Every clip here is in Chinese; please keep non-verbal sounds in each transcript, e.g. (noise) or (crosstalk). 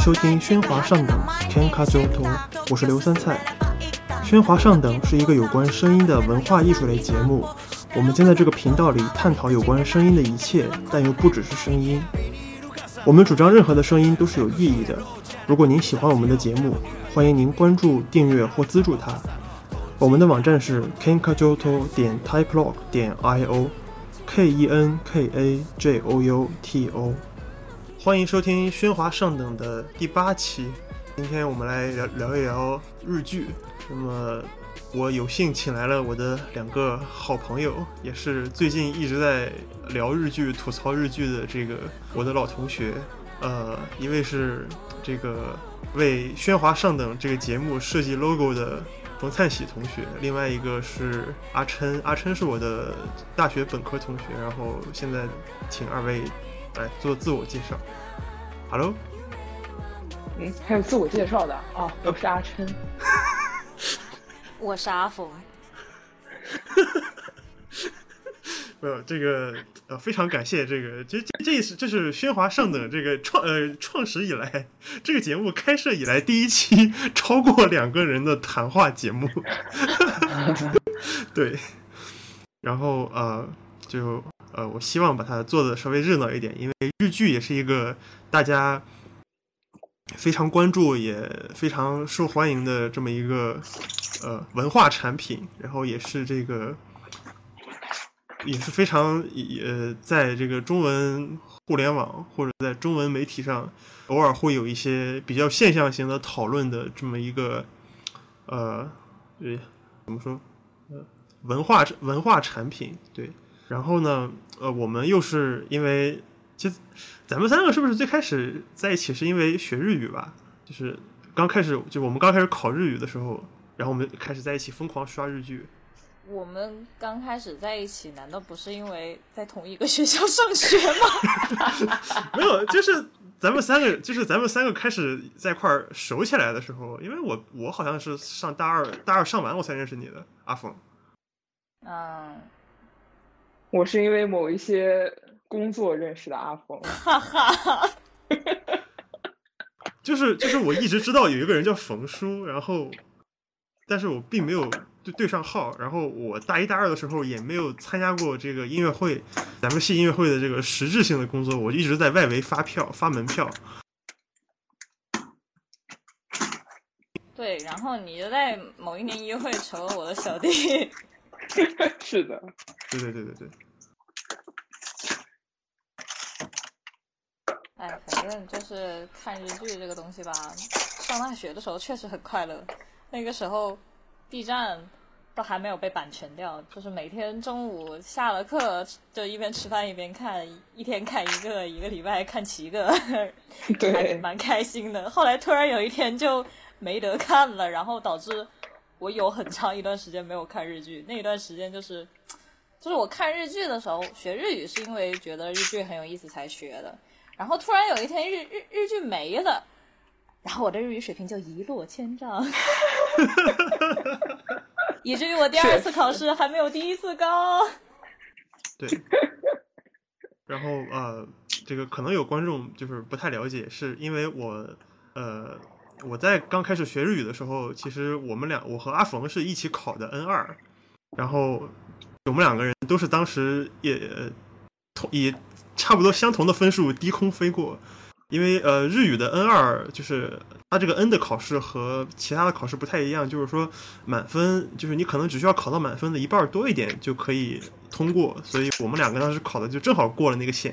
收听《喧哗上等 c a n c a z o t o 我是刘三菜。《喧哗上等》是一个有关声音的文化艺术类节目，我们将在这个频道里探讨有关声音的一切，但又不只是声音。我们主张任何的声音都是有意义的。如果您喜欢我们的节目，欢迎您关注、订阅或资助它。我们的网站是 k e n k a j o t o 点 typelog 点 io，k e n k a j o u t o。欢迎收听《喧哗上等》的第八期。今天我们来聊聊一聊日剧。那么，我有幸请来了我的两个好朋友，也是最近一直在聊日剧、吐槽日剧的这个我的老同学。呃，一位是这个为《喧哗上等》这个节目设计 logo 的冯灿喜同学，另外一个是阿琛。阿琛是我的大学本科同学，然后现在请二位来做自我介绍。Hello，嗯，还有自我介绍的啊，我是阿琛。我是阿福，没有这个呃，非常感谢这个，这这这是这是喧哗上等这个创呃创始以来，这个节目开设以来第一期 (laughs) 超过两个人的谈话节目， (laughs) 对，然后呃就呃我希望把它做的稍微热闹一点，因为日剧也是一个大家非常关注也非常受欢迎的这么一个呃文化产品，然后也是这个也是非常呃，在这个中文互联网或者在中文媒体上，偶尔会有一些比较现象型的讨论的这么一个呃呃怎么说呃文化文化产品对。然后呢，呃，我们又是因为其实咱们三个是不是最开始在一起是因为学日语吧？就是刚开始就我们刚开始考日语的时候，然后我们开始在一起疯狂刷日剧。我们刚开始在一起，难道不是因为在同一个学校上学吗？ (laughs) 没有，就是咱们三个，就是咱们三个开始在一块儿熟起来的时候，因为我我好像是上大二，大二上完我才认识你的阿峰。嗯，我是因为某一些工作认识的阿峰， (laughs) 哈哈，就是就是我一直知道有一个人叫冯叔，然后，但是我并没有对对上号。然后我大一大二的时候也没有参加过这个音乐会，咱们系音乐会的这个实质性的工作，我一直在外围发票发门票。对，然后你就在某一年约会成了我的小弟，是的，对对对对对，哎，反正就是看日剧这个东西吧，上大学的时候确实很快乐，那个时候 B 站都还没有被版权掉，就是每天中午下了课就一边吃饭一边看，一天看一个，一个礼拜看七个，还对，蛮开心的。后来突然有一天就没得看了，然后导致我有很长一段时间没有看日剧。那一段时间就是，就是我看日剧的时候学日语是因为觉得日剧很有意思才学的，然后突然有一天日日日剧没了，然后我的日语水平就一落千丈。以至于我第二次考试还没有第一次高。对。然后呃，这个可能有观众就是不太了解，是因为我呃我在刚开始学日语的时候，其实我们俩我和阿冯是一起考的 N 二，然后我们两个人都是当时也呃同以差不多相同的分数低空飞过，因为呃日语的 N 二就是它这个 N 的考试和其他的考试不太一样，就是说满分就是你可能只需要考到满分的一半儿多一点就可以通过，所以我们两个当时考的就正好过了那个线。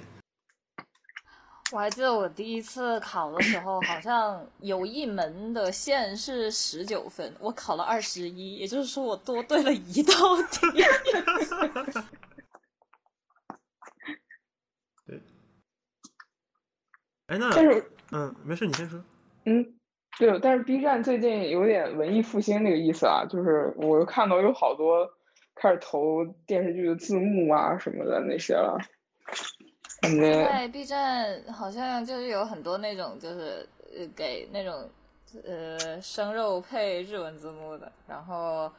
我还记得我第一次考的时候，好像有一门的线是十九分，我考了二十一，也就是说我多对了一道题。哎，那但是嗯，没事，你先说。嗯，对，但是 B 站最近有点文艺复兴那个意思啊，就是我又看到有好多开始投电视剧的字幕啊什么的那些了，嗯感觉 (laughs) 在 B 站好像就是有很多那种就是呃给那种呃生肉配日文字幕的，然后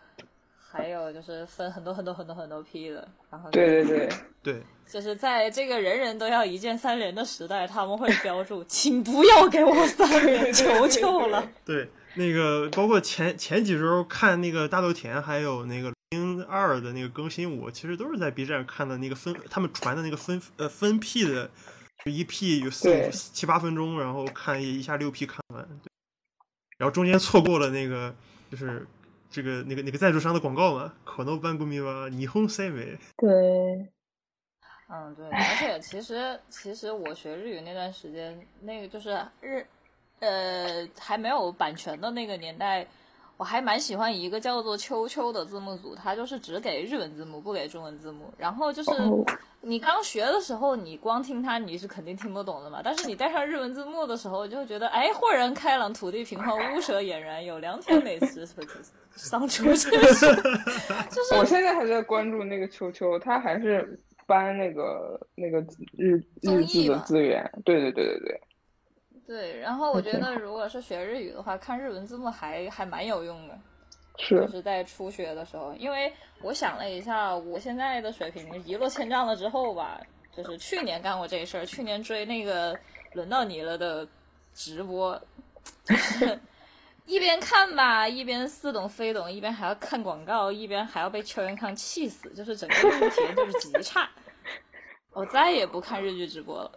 还有就是分很多很多很多很多批的，然后对对对， (laughs) 对，就是在这个人人都要一键三连的时代，他们会标注，请不要给我三连，求求了。对，那个包括前前几周看那个大豆田，还有那个零二的那个更新，我其实都是在 B 站看的那个分，他们传的那个分呃分 P 的，就一 P 有四对五七八分钟，然后看一一下六 P 看完，对然后中间错过了那个就是这个那个那个赞助商的广告嘛，可能半公民吧，霓虹 C 美，对，嗯，对，而且其实其实我学日语那段时间，那个就是日，呃，还没有版权的那个年代，我还蛮喜欢一个叫做秋秋的字幕组，它就是只给日文字幕，不给中文字幕。然后就是哦你刚学的时候，你光听它你是肯定听不懂的嘛，但是你带上日文字幕的时候，就会觉得哎，豁然开朗，土地平宽，屋舍俨然，有良田美食， (laughs) 桑竹真是，就是我现在还在关注那个秋秋，他还是搬那个那个日综日艺剧的吧资源。对对对对对，对，然后我觉 OK 得如果是学日语的话，看日文字幕还还蛮有用的，就是是在初学的时候，因为我想了一下，我现在的水平一落千丈了之后吧，就是去年干过这事儿，去年追那个轮到你了的直播，就是 (laughs) 一边看吧，一边似懂非懂，一边还要看广告，一边还要被邱元康气死，就是整个日语体验就是极差，我再也不看日剧直播了。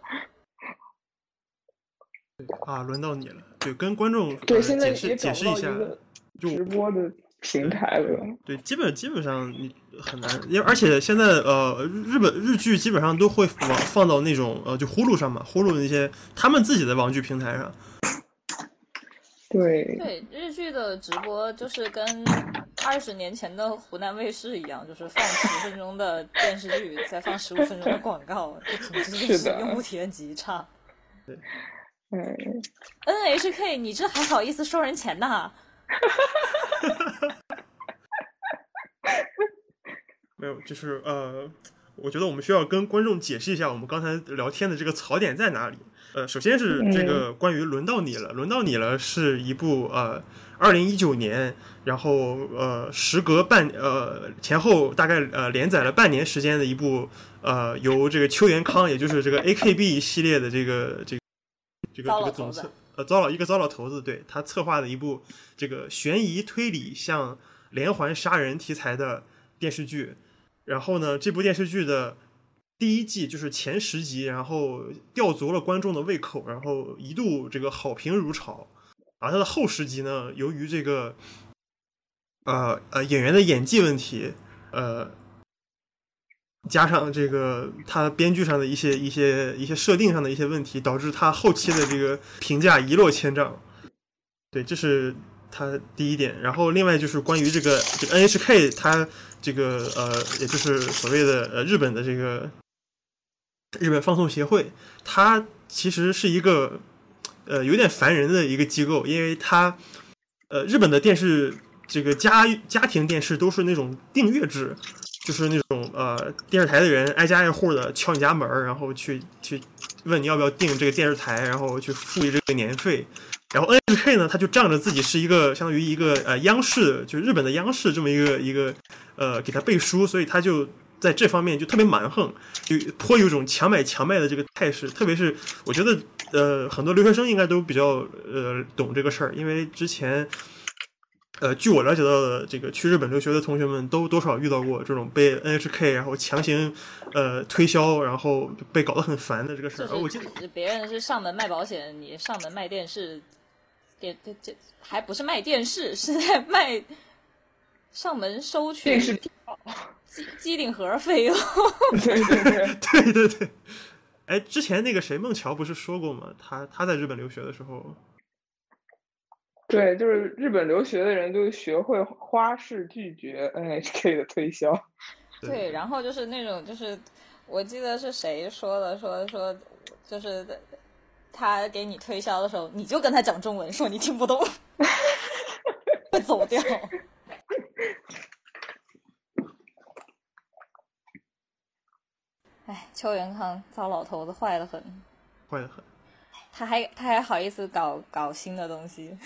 啊，轮到你了，对，跟观众对，呃现在解也释找解释不一到一下。个就直播的平台了。对，基本基本上你很难，因为而且现在呃，日本日剧基本上都会往放到那种呃，就呼噜上嘛，呼噜那些他们自己的网剧平台上。对，对，日剧的直播就是跟二十年前的湖南卫视一样，就是放十分钟的电视剧，再放十五分钟的广告，这总之就是的用户体验极差。哎， NHK，你这还好意思收人钱呐？没有，就是呃，我觉得我们需要跟观众解释一下我们刚才聊天的这个槽点在哪里。呃，首先是这个关于《轮到你了》，《轮到你了》是一部呃，二零一九年，然后呃，时隔半呃前后大概呃连载了半年时间的一部呃，由这个邱元康，也就是这个 AKB 系列的这个这个这个糟这老个头总子策呃糟老一个糟老头子，对他策划的一部这个悬疑推理向连环杀人题材的电视剧。然后呢，这部电视剧的第一季就是前十集，然后吊足了观众的胃口，然后一度这个好评如潮。而它的后十集呢，由于这个呃呃演员的演技问题，呃，加上这个它编剧上的一些一些一些设定上的一些问题，导致它后期的这个评价一落千丈。对，这是它第一点。然后另外就是关于这个这个 NHK，它这个呃，也就是所谓的呃日本的这个日本放送协会，它其实是一个呃有点烦人的一个机构，因为它呃日本的电视这个家家庭电视都是那种订阅制，就是那种呃电视台的人挨家挨户的敲你家门儿，然后去去问你要不要订这个电视台，然后去付这个年费。然后 NHK 呢，它就仗着自己是一个相当于一个呃央视，就日本的央视这么一个一个呃给他背书，所以他就在这方面就特别蛮横，就颇有一种强买强卖的这个态势。特别是我觉得呃很多留学生应该都比较呃懂这个事儿，因为之前呃，据我了解到的，这个去日本留学的同学们都多少遇到过这种被 NHK 然后强行呃推销，然后被搞得很烦的这个事就儿。呃而我记是得就是别人是上门卖保险，你上门卖电视，电这这还不是卖电视，是在卖上门收取电视机机顶盒费用。对对对， (laughs) (laughs) 对对对，哎，之前那个谁孟乔不是说过吗？他他在日本留学的时候，对，就是日本留学的人就学会花式拒绝 NHK 的推销。对，然后就是那种，就是我记得是谁说的，说说就是他给你推销的时候，你就跟他讲中文，说你听不懂，会走掉。哎，邱元康糟老头子坏得很，坏得很。他还他还好意思搞搞新的东西，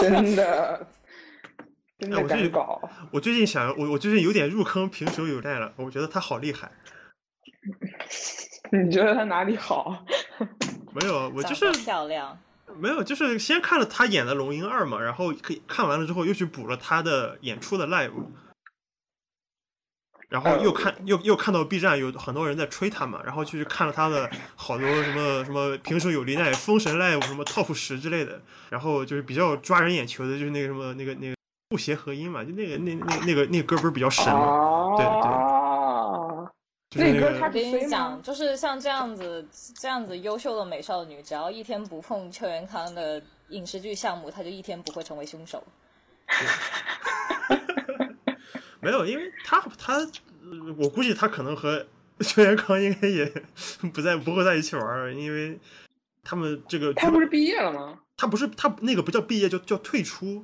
真的，真哎的我敢最搞。我最近想，我我最近有点入坑平手友奈了，我觉得他好厉害。你觉得他哪 (laughs) 里好？没有，我就是长得漂亮，没有，就是先看了他演的《龙吟二》嘛，然后可以看完了之后又去补了他的演出的 live，然后又哎看又又看到 B 站有很多人在吹他嘛，然后去看了他的好多什么什么平手友梨奈、封神 live 什么 top 十之类的，然后就是比较抓人眼球的，就是那个什么那个那个不协和音嘛，就那个那那那个那个歌不是比较神嘛，对哦，就是啊那那歌个他我跟谁你吗讲，就是像这样子这样子优秀的美少女，只要一天不碰邱元康的影视剧项目，她就一天不会成为凶手。没有，因为他他，呃我估计他可能和 (laughs) 邱元康应该也 (laughs) 不在不会在一起玩儿，因为他们这个他不是毕业了吗？他不是他那个不叫毕业，叫叫退出，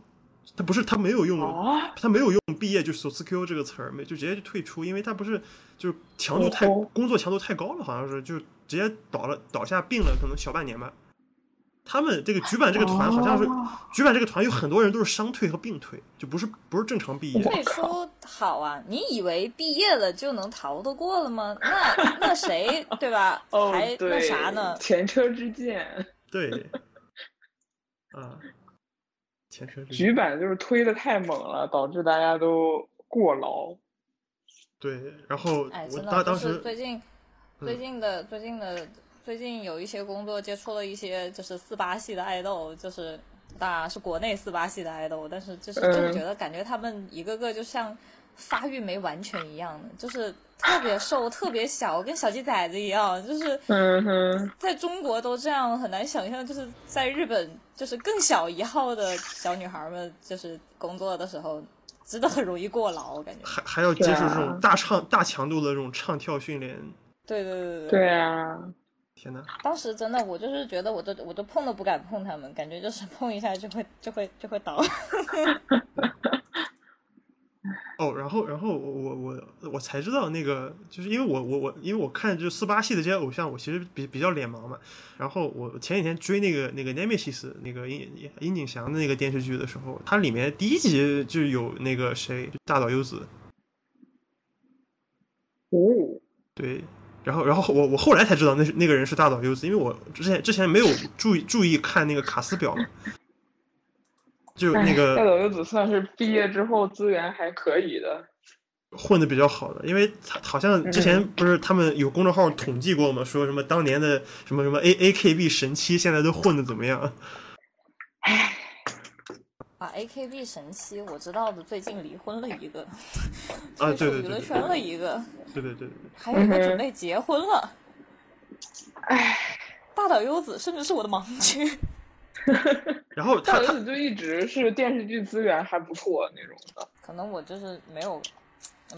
他不是他没有用、啊，他没有用毕业就是 s q 这个词儿，没就直接就退出，因为他不是就是强度太哦吼工作强度太高了，好像是就直接倒了倒下病了，可能小半年吧。他们这个局版这个哦团好像是、局版这个团有很多人都是伤退和病退，就不是不是正常毕业。我退出好啊！你以为毕业了就能逃得过了吗？那那谁对吧？哦，还对，那啥呢？前车之鉴， (laughs) 对，啊，前车之鉴局版就是推的太猛了，导致大家都过劳。对，然后哎，我真当的就当是时嗯最近最近的最近的最近有一些工作接触了一些就是四八系的爱豆，就是当然是国内四八系的爱豆，但是就是嗯就是觉得感觉他们一个个就像发育没完全一样的，就是特别瘦、特别小，跟小鸡崽子一样，就是嗯哼，在中国都这样，很难想象，就是在日本，就是更小一号的小女孩们，就是工作的时候，真的很容易过劳，我感觉。还还要接受这对啊种大唱大强度的这种唱跳训练，对对对对。对啊，天呐，当时真的，我就是觉得我都我都碰都不敢碰他们，感觉就是 (laughs) 碰一下就会就会就会倒。 (laughs) 哦，然后然后我我我我才知道那个，就是因为我我我因为我看就四八系的这些偶像，我其实比比较脸盲嘛。然后我前几天追那个那个 Nemesis 那个殷殷殷景祥的那个电视剧的时候，它里面第一集就有那个谁大岛优子，哦，对，然后然后我我后来才知道那是那个人是大岛优子，因为我之前之前没有注意注意看那个卡斯表嘛，就那哎大个岛优子算是毕业之后资源还可以的。混的比较好的，因为他好像之嗯前不是他们有公众号统计过嘛，说什么当年的什么什么 A A K B 神七现在都混的怎么样？啊，AKB 神七，我知道的，最近离婚了一个， (laughs) 啊，对退出 (laughs) 对娱乐对圈了一个，对对对对，还有一个嗯哼准备结婚了。唉，大岛优子甚至是我的盲区。 (laughs) 然后他大岛他优子就一直是电视剧资源还不错那种的。可能我就是没有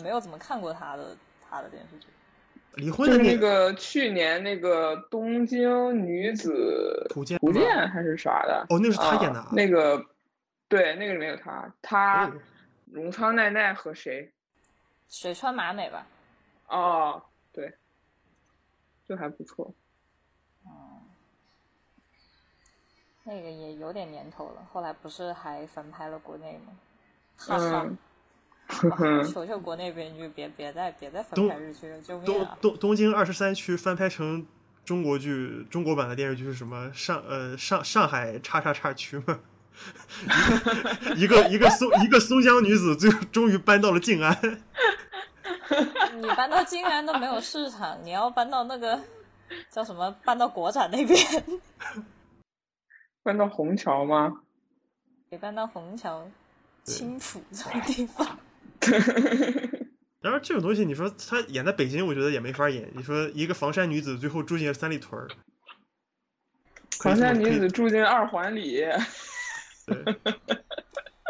没有怎么看过他的他的电视剧。离婚就的是那个去年那个东京女子图鉴图吗鉴还是啥的，哦，那是他演的啊啊，那个，对，那个里面有他，他哦荣昌奈奈和谁？水川麻美吧，哦，对，就还不错。那个也有点年头了，后来不是还翻拍了国内吗？哈哈，嗯，哇哼 (laughs) 嗯求求国内编剧别别再别再翻东拍日剧了，救命东啊！东东京二十三区翻拍成中国剧，中国版的电视剧是什么？上呃上上海叉叉叉区吗？ (laughs) 一个一个一个松一个松江女子，最后终于搬到了静安。你搬到静安都没有市场，你要搬到那 (laughs) 个叫什么？搬到国产那边，搬到虹桥吗？别搬到虹桥、青浦这种地方。然而这种东西，你说她演在北京，我觉得也没法演。你说一个房山女子最后住进了三里屯儿，可以黄这么山女可子以住进二环里，对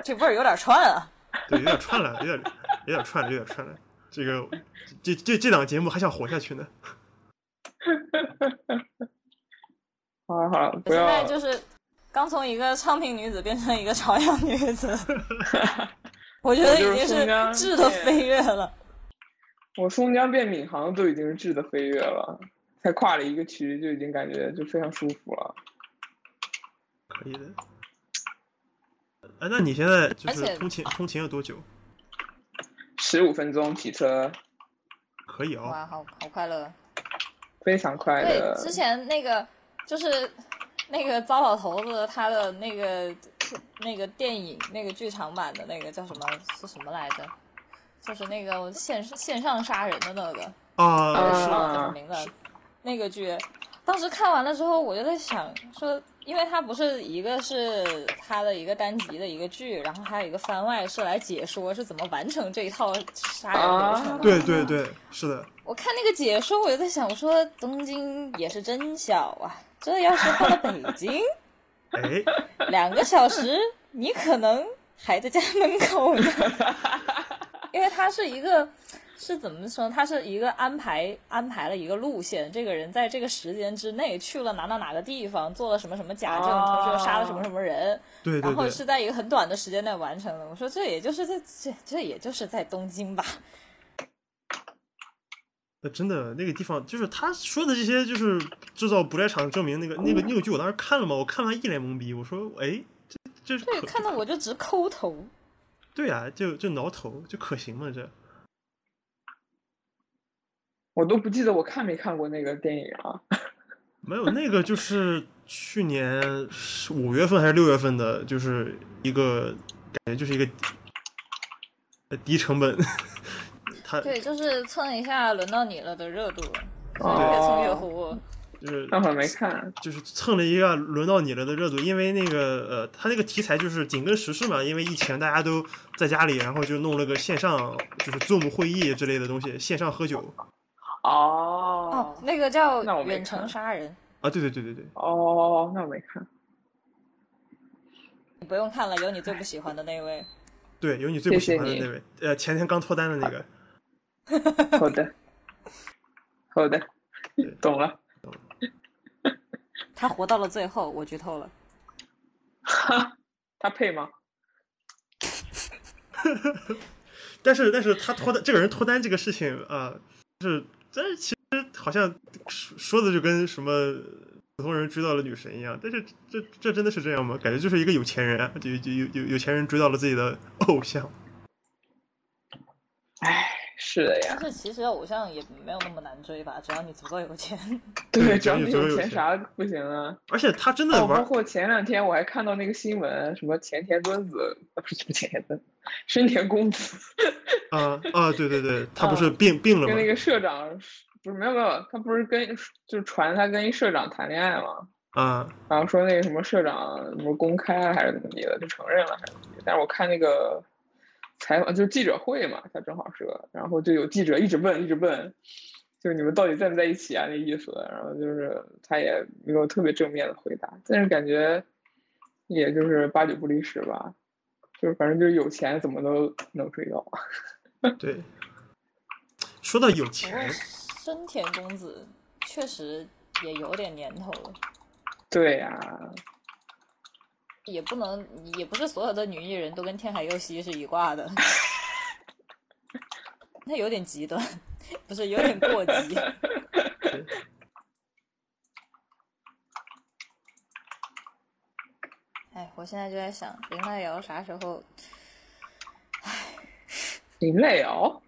这味儿有点串啊！对，有点串了，有点有点串了，有点串了。这个这这这档节目还想活下去呢？好了好了，不现在要，就是刚从一个昌平女子变成一个朝阳女 (laughs) 子，我觉得已经是质的飞跃了。我松江变闵行都已经是质的飞跃了，才跨了一个区就已经感觉就非常舒服了。可以的。哎，那你现在就而是且通勤通勤要多久？十五分钟骑车，可以啊、哇，好好快乐。非常快对的，。之前那个就是那个糟老头子他的那个那个电影那个剧场版的那个叫什么是什么来着？就是那个线线上杀人的那个，啊，那个是叫什么啊名字？那个剧，当时看完了之后，我就在想说，因为它不是一个是它的一个单集的一个剧，然后还有一个番外是来解说是怎么完成这一套杀人流程的啊对对对，是 (laughs) 的，我看那个解说，我就在想，我说东京也是真小啊，这要是换了北京，哎，两个小时你可能还在家门口呢，因为它是一个。是怎么说？它是一个安排安排了一个路线，这个人在这个时间之内去了哪哪哪个地方，做了什么什么假证，哦同时又杀了什么什么人，对对然后对，是在一个很短的时间内完成的。我说这也就是在这这也就是在东京吧，那呃真的那个地方，就是他说的这些，就是制造不在场证明那个那个那个剧，我当时看了嘛，我看完一脸懵逼，我说，哎，这这是对，可看到我就直抠头。对啊，就就挠头，就可行吗？这我都不记得我看没看过那个电影啊。没有那个就是去年是五月份还是六月份的，就是一个感觉就是一个呃低成本， (laughs) 他对，就是蹭一下轮到你了的热度，所以哦越蹭越火。就是那会儿没看，就是蹭了一个轮到你了的热度，因为那个呃，他那个题材就是紧跟时事嘛，因为疫情大家都在家里，然后就弄了个线上就是 Zoom 会议之类的东西，线上喝酒哦哦，那个叫那我没远程看杀人，啊，对对对对对，哦，那我没看，你不用看了，有你最不喜欢的那位。对，有你最不喜欢的谢谢那你位，呃，前天刚脱单的那个，好的，好的，懂了。他活到了最后，我剧透了。他配吗？但是但是他脱单，这个人脱单这个事情啊、就是但是其实好像说说的就跟什么普通人追到了女神一样，但是这这这真的是这样吗？感觉就是一个有钱人啊，就就有有有钱人追到了自己的偶像，唉，是的呀但，是其实偶像也没有那么难追吧，只要你足够有钱。对只要你只要有有钱钱，啥不行啊？而且他真的哦，玩、包括前两天我还看到那个新闻，什么前田敦子，啊不是什么前田敦子，深田恭子啊啊，对对对，他不是病、病了嗯跟那吗？个社长，不是没有没有，他不是跟就传他跟一社长谈恋爱吗？啊，然后说那个什么社长什么公开啊了还是怎么地的，就承认了还是怎么地。但是我看那个采访，就是记者会嘛，他正好是个，然后就有记者一直问，一直问，就是你们到底在不在一起啊？那意思。然后就是他也没有特别正面的回答，但是感觉也就是八九不离十吧，就是反正就是有钱怎么都能啊追到。对。说到有 (laughs) 不过钱，深田公子确实也有点年头了，对呀、也不能，也不是所有的女艺人都跟天海佑希是一挂的。那有点极端，不是有点过激。 (laughs) 哎，我现在就在想，林濑遥啥时候？林濑瑶，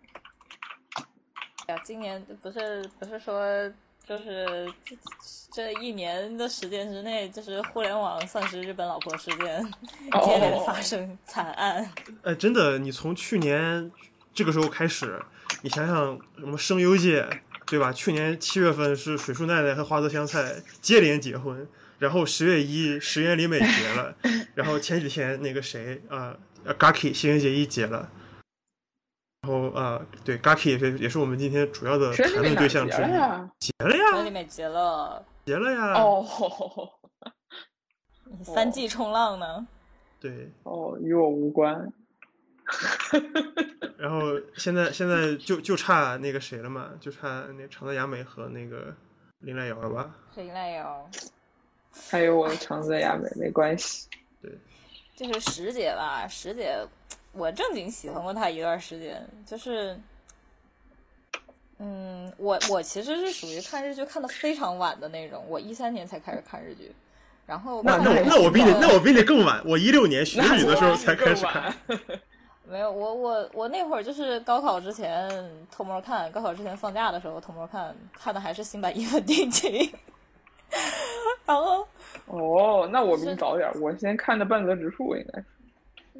哎呀，今年不是不是说，就是这这一年的时间之内，就是互联网算是日本老婆事件哦接连发生惨案。哎，真的，你从去年这个时候开始，你想想什么声优界，对吧？去年七月份是水树奈奈和花泽香菜接连结婚，然后十月一石原里美结 (laughs) 了，然后前几天那个谁啊、呃、，Gaki 新垣结衣结了。然后啊、呃对，Gaki 也是也是我们今天主要的哦谁谈是那论对象之一，呀？结了这里呀，面结了结了呀。哦三 G 冲浪呢，对，哦，与我无关。 (laughs) 然后现在现在就就差那个谁了嘛，就差那长泽雅美和那个林濑遥了吧？谁来哟？还有我的长泽雅美没关系。就是石姐吧，石姐，我正经喜欢过她一段时间，就是，嗯，我我其实是属于看日剧看的非常晚的那种，我一三年才开始看日剧，然后那那后我来那我比你到了那我比你更晚，我一六年学那语的时候我才开始更晚看。啊没有，我我我那会儿就是高考之前偷摸看，高考之前放假的时候偷摸看，看的还是新版《一吻定情》， (laughs) 然后 (laughs) 哦，那我比你是早点儿，我先看的《半泽直树》应该是。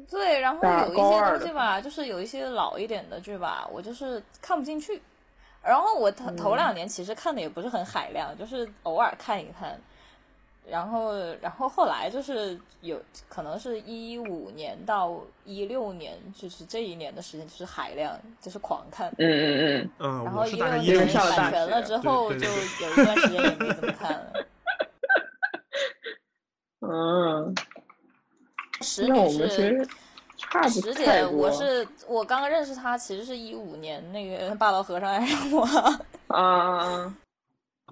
对，然后大有一高些二东的西吧，就是有一些老一点的剧吧，我就是看不进去。然后我头头嗯两年其实看的也不是很海量，就是偶尔看一看。然后，然后后来就是有可能是一五年到一六年，就是这一年的时间，就是海量，就是狂看。嗯嗯嗯，嗯，然后啊我是一大概六一六六年上了大版权了学之后，对就对对有一段时间也没怎么看 (laughs) 了。嗯，十那女我们其是实差不十太姐，多。我是我刚认识她，其实是一五年那个霸道和尚爱上我， (laughs) 啊啊啊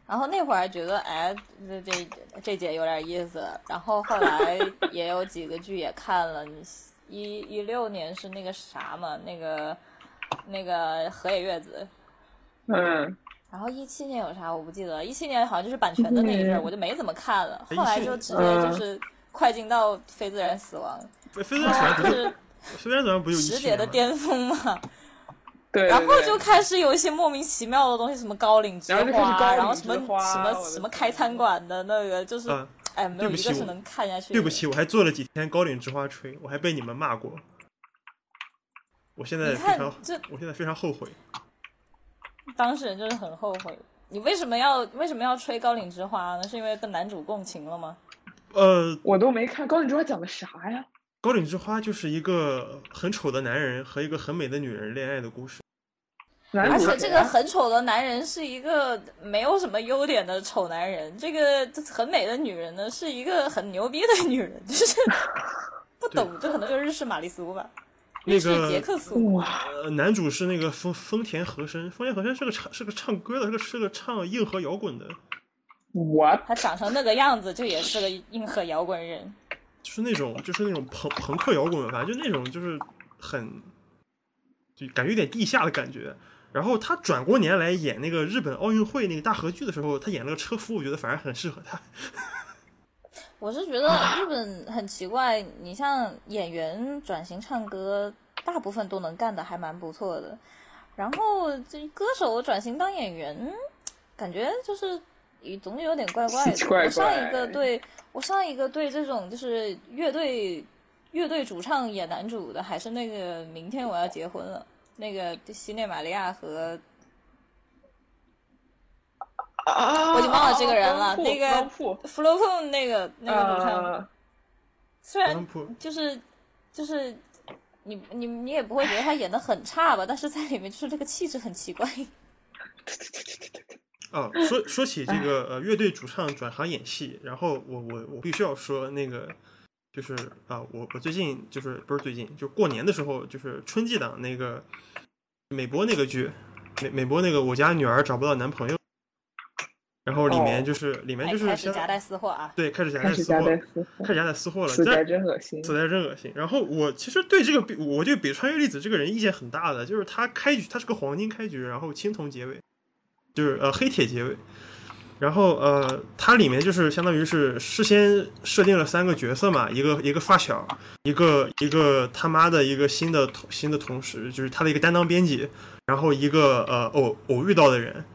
然后那会儿还觉得哎，这这这姐有点意思，然后后来也有几个剧也看了，你一一六年是那个啥嘛，那个那个河野月子。嗯，然后一七年有啥我不记得，一七年好像就是版权的那一阵儿，嗯我就没怎么看了，哎后来17就直接就是快进到非自然死亡，非常早不就就是非常早不就一十七姐年的吗？巅峰嘛。对。然后对就开始有一些莫名其妙的东西，什么高岭之然后就开始高花，岭然后什么之花什我么的什天么开餐馆的那个，就是嗯，哎，没对有不一起个是我能看下去的。对不起，我还做了几天高岭之花吹，我还被你们骂过。我现在你非看常，这我现在非常后悔。当事人就是很后悔，你为什么要为什么要吹高岭之花呢？是因为跟男主共情了吗？呃，我都没看《高岭之花》讲的啥呀？高岭之花就是一个很丑的男人和一个很美的女人恋爱的故事。男而主且是啊这谁个呀很丑的男人是一个没有什么优点的丑男人，这个很美的女人呢是一个很牛逼的女人，就是不懂，这可能就是日式玛丽苏吧，那是捷个克苏。哇，呃，男主是那个丰丰田和声，丰田和声是个唱是个唱歌的，是个是个唱硬核摇滚的，我他长成那个样子，就也是个硬核摇滚人。就是那种就是那种朋朋克摇滚，反正就那种就是很，就感觉有点地下的感觉。然后他转过年来演那个日本奥运会那个大合剧的时候，他演了个车夫，我觉得反而很适合他。 (laughs) 我是觉得日本很奇怪，你像演员转型唱歌，大部分都能干的还蛮不错的。然后这歌手转型当演员，感觉就是也总有点怪怪奇的。奇怪怪我上一个对我上一个对这种就是乐队乐队主唱演男主的，还是那个明天我要结婚了，那个西内玛利亚和啊！我已经忘了这个人了啊那个汪铺弗洛碰那个那个主唱，啊，虽然川普就是就是你你你也不会觉得他演的很差吧，但是在里面就是这个气质很奇怪。啊，说说起这个呃乐队主唱转行演戏，然后我我我必须要说那个就是啊，我我最近就是不是最近，就过年的时候，就是春季档那个美国那个剧，美美国那个我家女儿找不到男朋友，然后里面哦就是、里面哎就开是始现夹在带私货啊！对开始夹带开始私夹货带，私货开，始夹带私货哎了，死但宅真恶心。死在真恶心。然后我其实对这个比，我就比穿越粒子这个人意见很大的，就是他开局他是个黄金开局，然后青铜结尾，就是呃黑铁结尾。然后呃，它里面就是相当于是事先设定了三个角色嘛，一个一个发小，一个一个他妈的一个新的同新的同事，就是他的一个担当编辑，然后一个呃偶偶遇到的人，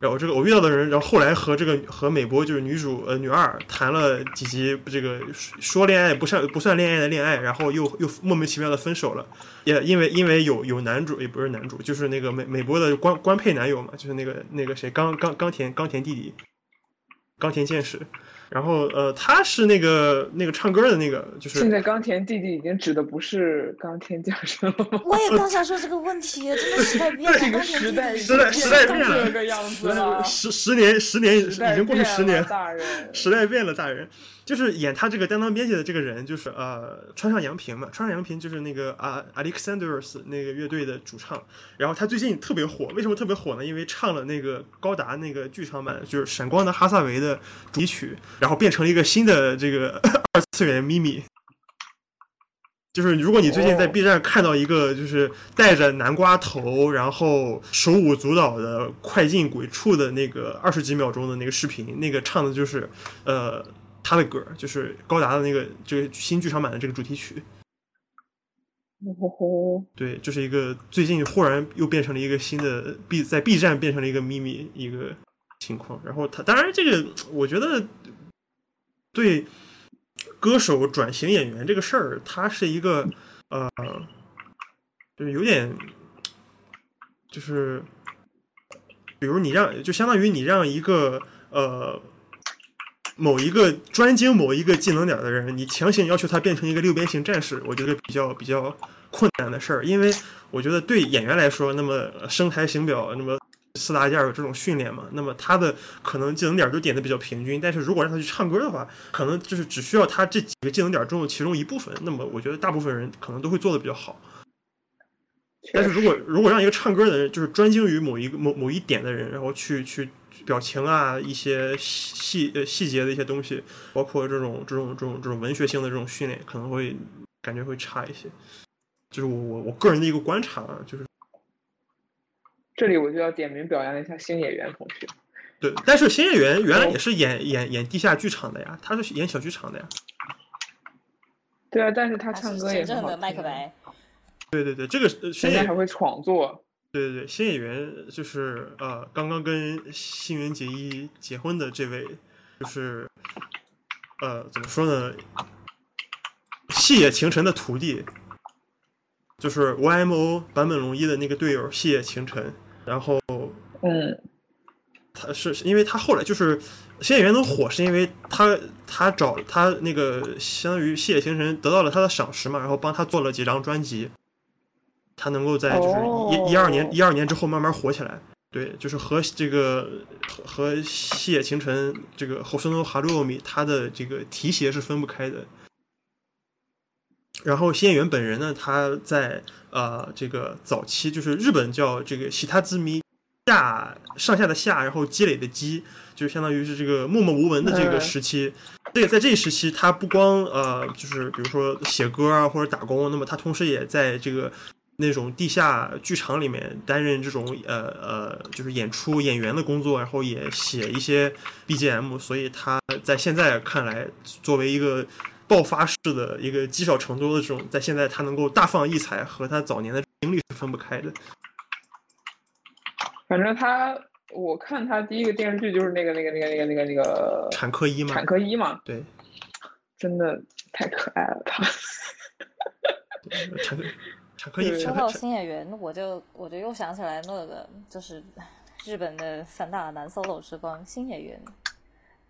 然后这个偶遇到的人，然后后来和这个和美国就是女主呃女二谈了几集这个说说恋爱不算不算恋爱的恋爱，然后又又莫名其妙的分手了，也因为因为有有男主也不是男主，就是那个美美国的官官配男友嘛，就是那个那个谁冈冈冈田冈田弟弟，冈田健史，然后呃他是那个那个唱歌的那个就是现在冈田弟弟已经指的不是冈田将生了 (laughs) 吗？我也刚想说这个问题，真的时代变了，这当个年时弟代弟时代已经时代变变成了这个样子啊了，十十年十年已时代经过去变十年了大人时代变了，大人就是演他这个担当编辑的这个人，就是呃川上洋平嘛。川上洋平就是那个啊 Alexanders 那个乐队的主唱，然后他最近特别火，为什么特别火呢？因为唱了那个高达那个剧场版，就是《闪光的哈萨维》的主题曲，然后变成了一个新的这个二次元咪咪。就是如果你最近在哦 B 站看到一个就是戴着南瓜头，然后手舞足蹈的快进鬼畜的那个二十几秒钟的那个视频，那个唱的就是呃他的歌，就是高达的那个这个新剧场版的这个主题曲。哦，对，这、就是一个最近忽然又变成了一个新的 B，在 B 站变成了一个秘密一个情况。然后他当然这个，我觉得对歌手转型演员这个事儿，它是一个呃，就是有点就是，比如你让就相当于你让一个呃。某一个专精某一个技能点的人，你强行要求他变成一个六边形战士，我觉得比较比较困难的事儿。因为我觉得对演员来说，那么声台形表，那么四大件儿有这种训练嘛，那么他的可能技能点都点的比较平均。但是如果让他去唱歌的话，可能就是只需要他这几个技能点中的其中一部分，那么我觉得大部分人可能都会做的比较好。但是如果如果让一个唱歌的人，就是专精于某一个某某一点的人，然后去去表情啊，一些细呃细节的一些东西，包括这种这种这种这种文学性的这种训练，可能会感觉会差一些。就是我我我个人的一个观察，啊，就是这里我就要点名表扬一下新演员同学。对。但是新演员原来也是演、演演地下剧场的呀，他是演小剧场的呀。对啊，但是 (laughs) 他他唱是歌也很真正好的听麦克，白，对对对，这个呃新演人家员还会创作。对对对，新演员就是呃，刚刚跟新垣结衣结婚的这位，就是呃，怎么说呢？细野晴臣的徒弟，就是 YMO 坂本龙一的那个队友细野晴臣。然后嗯，他是是因为他后来就是新演员能火，是因为他他找他那个相当于细野晴臣得到了他的赏识嘛，然后帮他做了几张专辑，他能够在就是一一二年哦一二年之后慢慢火起来。对，就是和这个和和细野晴臣这个后生东哈鲁米他的这个提携是分不开的。然后新演员本人呢，他在呃这个早期就是日本叫这个喜他之谜下上下的下，然后积累的积，就相当于是这个默默无闻的这个嗯时期。这个在这一时期，他不光呃就是比如说写歌啊或者打工，那么他同时也在这个那种地下剧场里面担任这种呃呃，就是演出演员的工作，然后也写一些 BGM，所以他在现在看来，作为一个爆发式的一个积少成多的这种，在现在他能够大放异彩，和他早年的经历是分不开的。反正他，我看他第一个电视剧就是那个那个那个那个那个那个产科医嘛产，科医嘛，对，真的太可爱了他。 (laughs) 产科产科医，对产说科到产新演员，我就我就又想起来那个就是日本的三大男 solo 之光新演员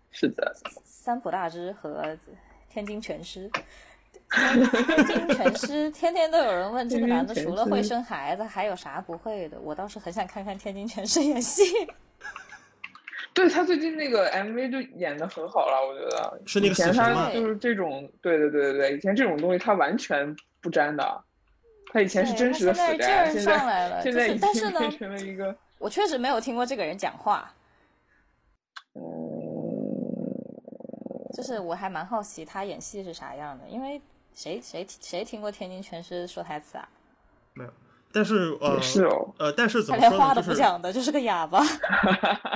是的，三浦大知和天津全师。天津全师天天都有人问这个男的天津全除尸了会生孩子还有啥不会的，我倒是很想看看天津全师演戏。对他最近那个 MV 就演的很好了，我觉得。是那个以前死神他吗就是这种，对对对对对，以前这种东西他完全不沾的，他以前是对真实的他死现在宅，劲儿现上在来了，现就在是已但是经呢变，成了一个，我确实没有听过这个人讲话，嗯，就是我还蛮好奇他演戏是啥样的，因为谁谁谁听过天津全师说台词啊？没有，但是呃也是哦，呃，但是怎他么连说话呢？都就不是讲的，就是个哑巴。 (laughs)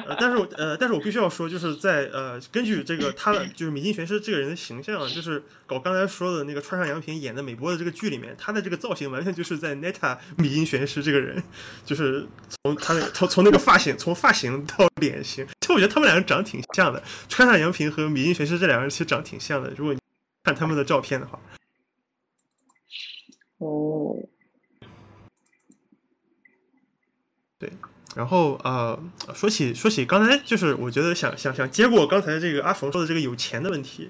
呃，但是我呃，但是我必须要说，就是在呃，根据这个他的就是米津玄师这个人的形象，啊就是我刚才说的那个川上洋平演的美波的这个剧里面，他的这个造型完全就是在 Neta 米津玄师这个人，就是从他的从从那个发型，从发型到脸型，其实我觉得他们两个长挺像的，川上洋平和米津玄师这两个人其实长挺像的，如果你看他们的照片的话，哦，然后呃，说起说起刚才就是我觉得想想想接过刚才这个阿冯说的这个有钱的问题，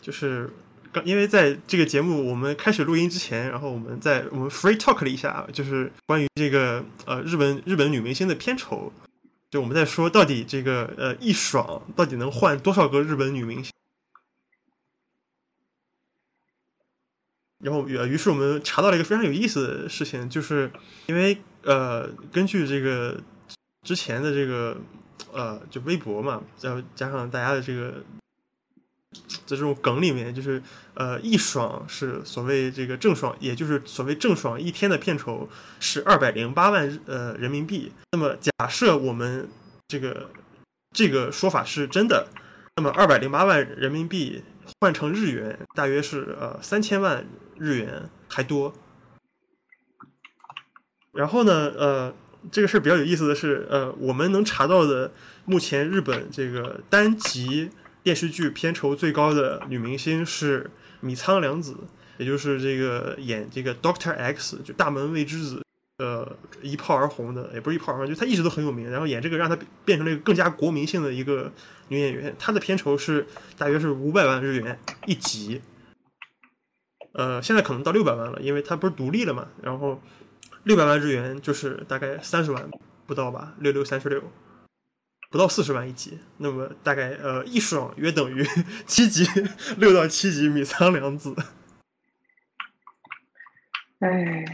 就是刚因为在这个节目我们开始录音之前，然后我们在我们 free talk 了一下，就是关于这个呃日本日本女明星的片酬，就我们在说到底这个呃一爽到底能换多少个日本女明星。然后，呃，于是我们查到了一个非常有意思的事情，就是因为呃，根据这个之前的这个呃，就微博嘛，然后加上大家的这个在这种梗里面，就是呃，一爽是所谓这个郑爽，也就是所谓郑爽一天的片酬是二百零八万呃人民币。那么假设我们这个这个说法是真的，那么二百零八万人民币换成日元，大约是呃三千万日元还多。然后呢，呃，这个事儿比较有意思的是，呃，我们能查到的目前日本这个单集电视剧片酬最高的女明星是米仓凉子，也就是这个演这个 Doctor X 就大门未知子，呃，一炮而红的，也不是一炮而红，就她一直都很有名，然后演这个让她变成了一个更加国民性的一个女演员，她的片酬是大约是五百万日元一集，呃，现在可能到六百万了，因为她不是独立了嘛，然后。六百万日元就是大概三十万不到吧，六六三十六，不到四十万一集。那么大概呃一爽约等于七集，六到七集米仓凉子。哎，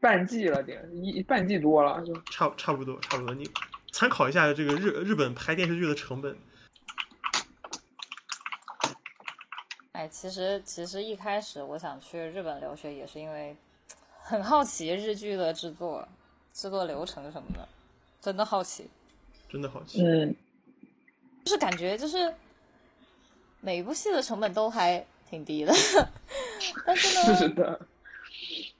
半季了点，一半季多了就差差不多差不多。你参考一下这个日日本拍电视剧的成本。哎，其实其实一开始我想去日本留学，也是因为。很好奇日剧的制作、制作流程什么的，真的好奇，真的好奇。嗯，就是感觉就是每一部戏的成本都还挺低的， (laughs) 但是呢，是的，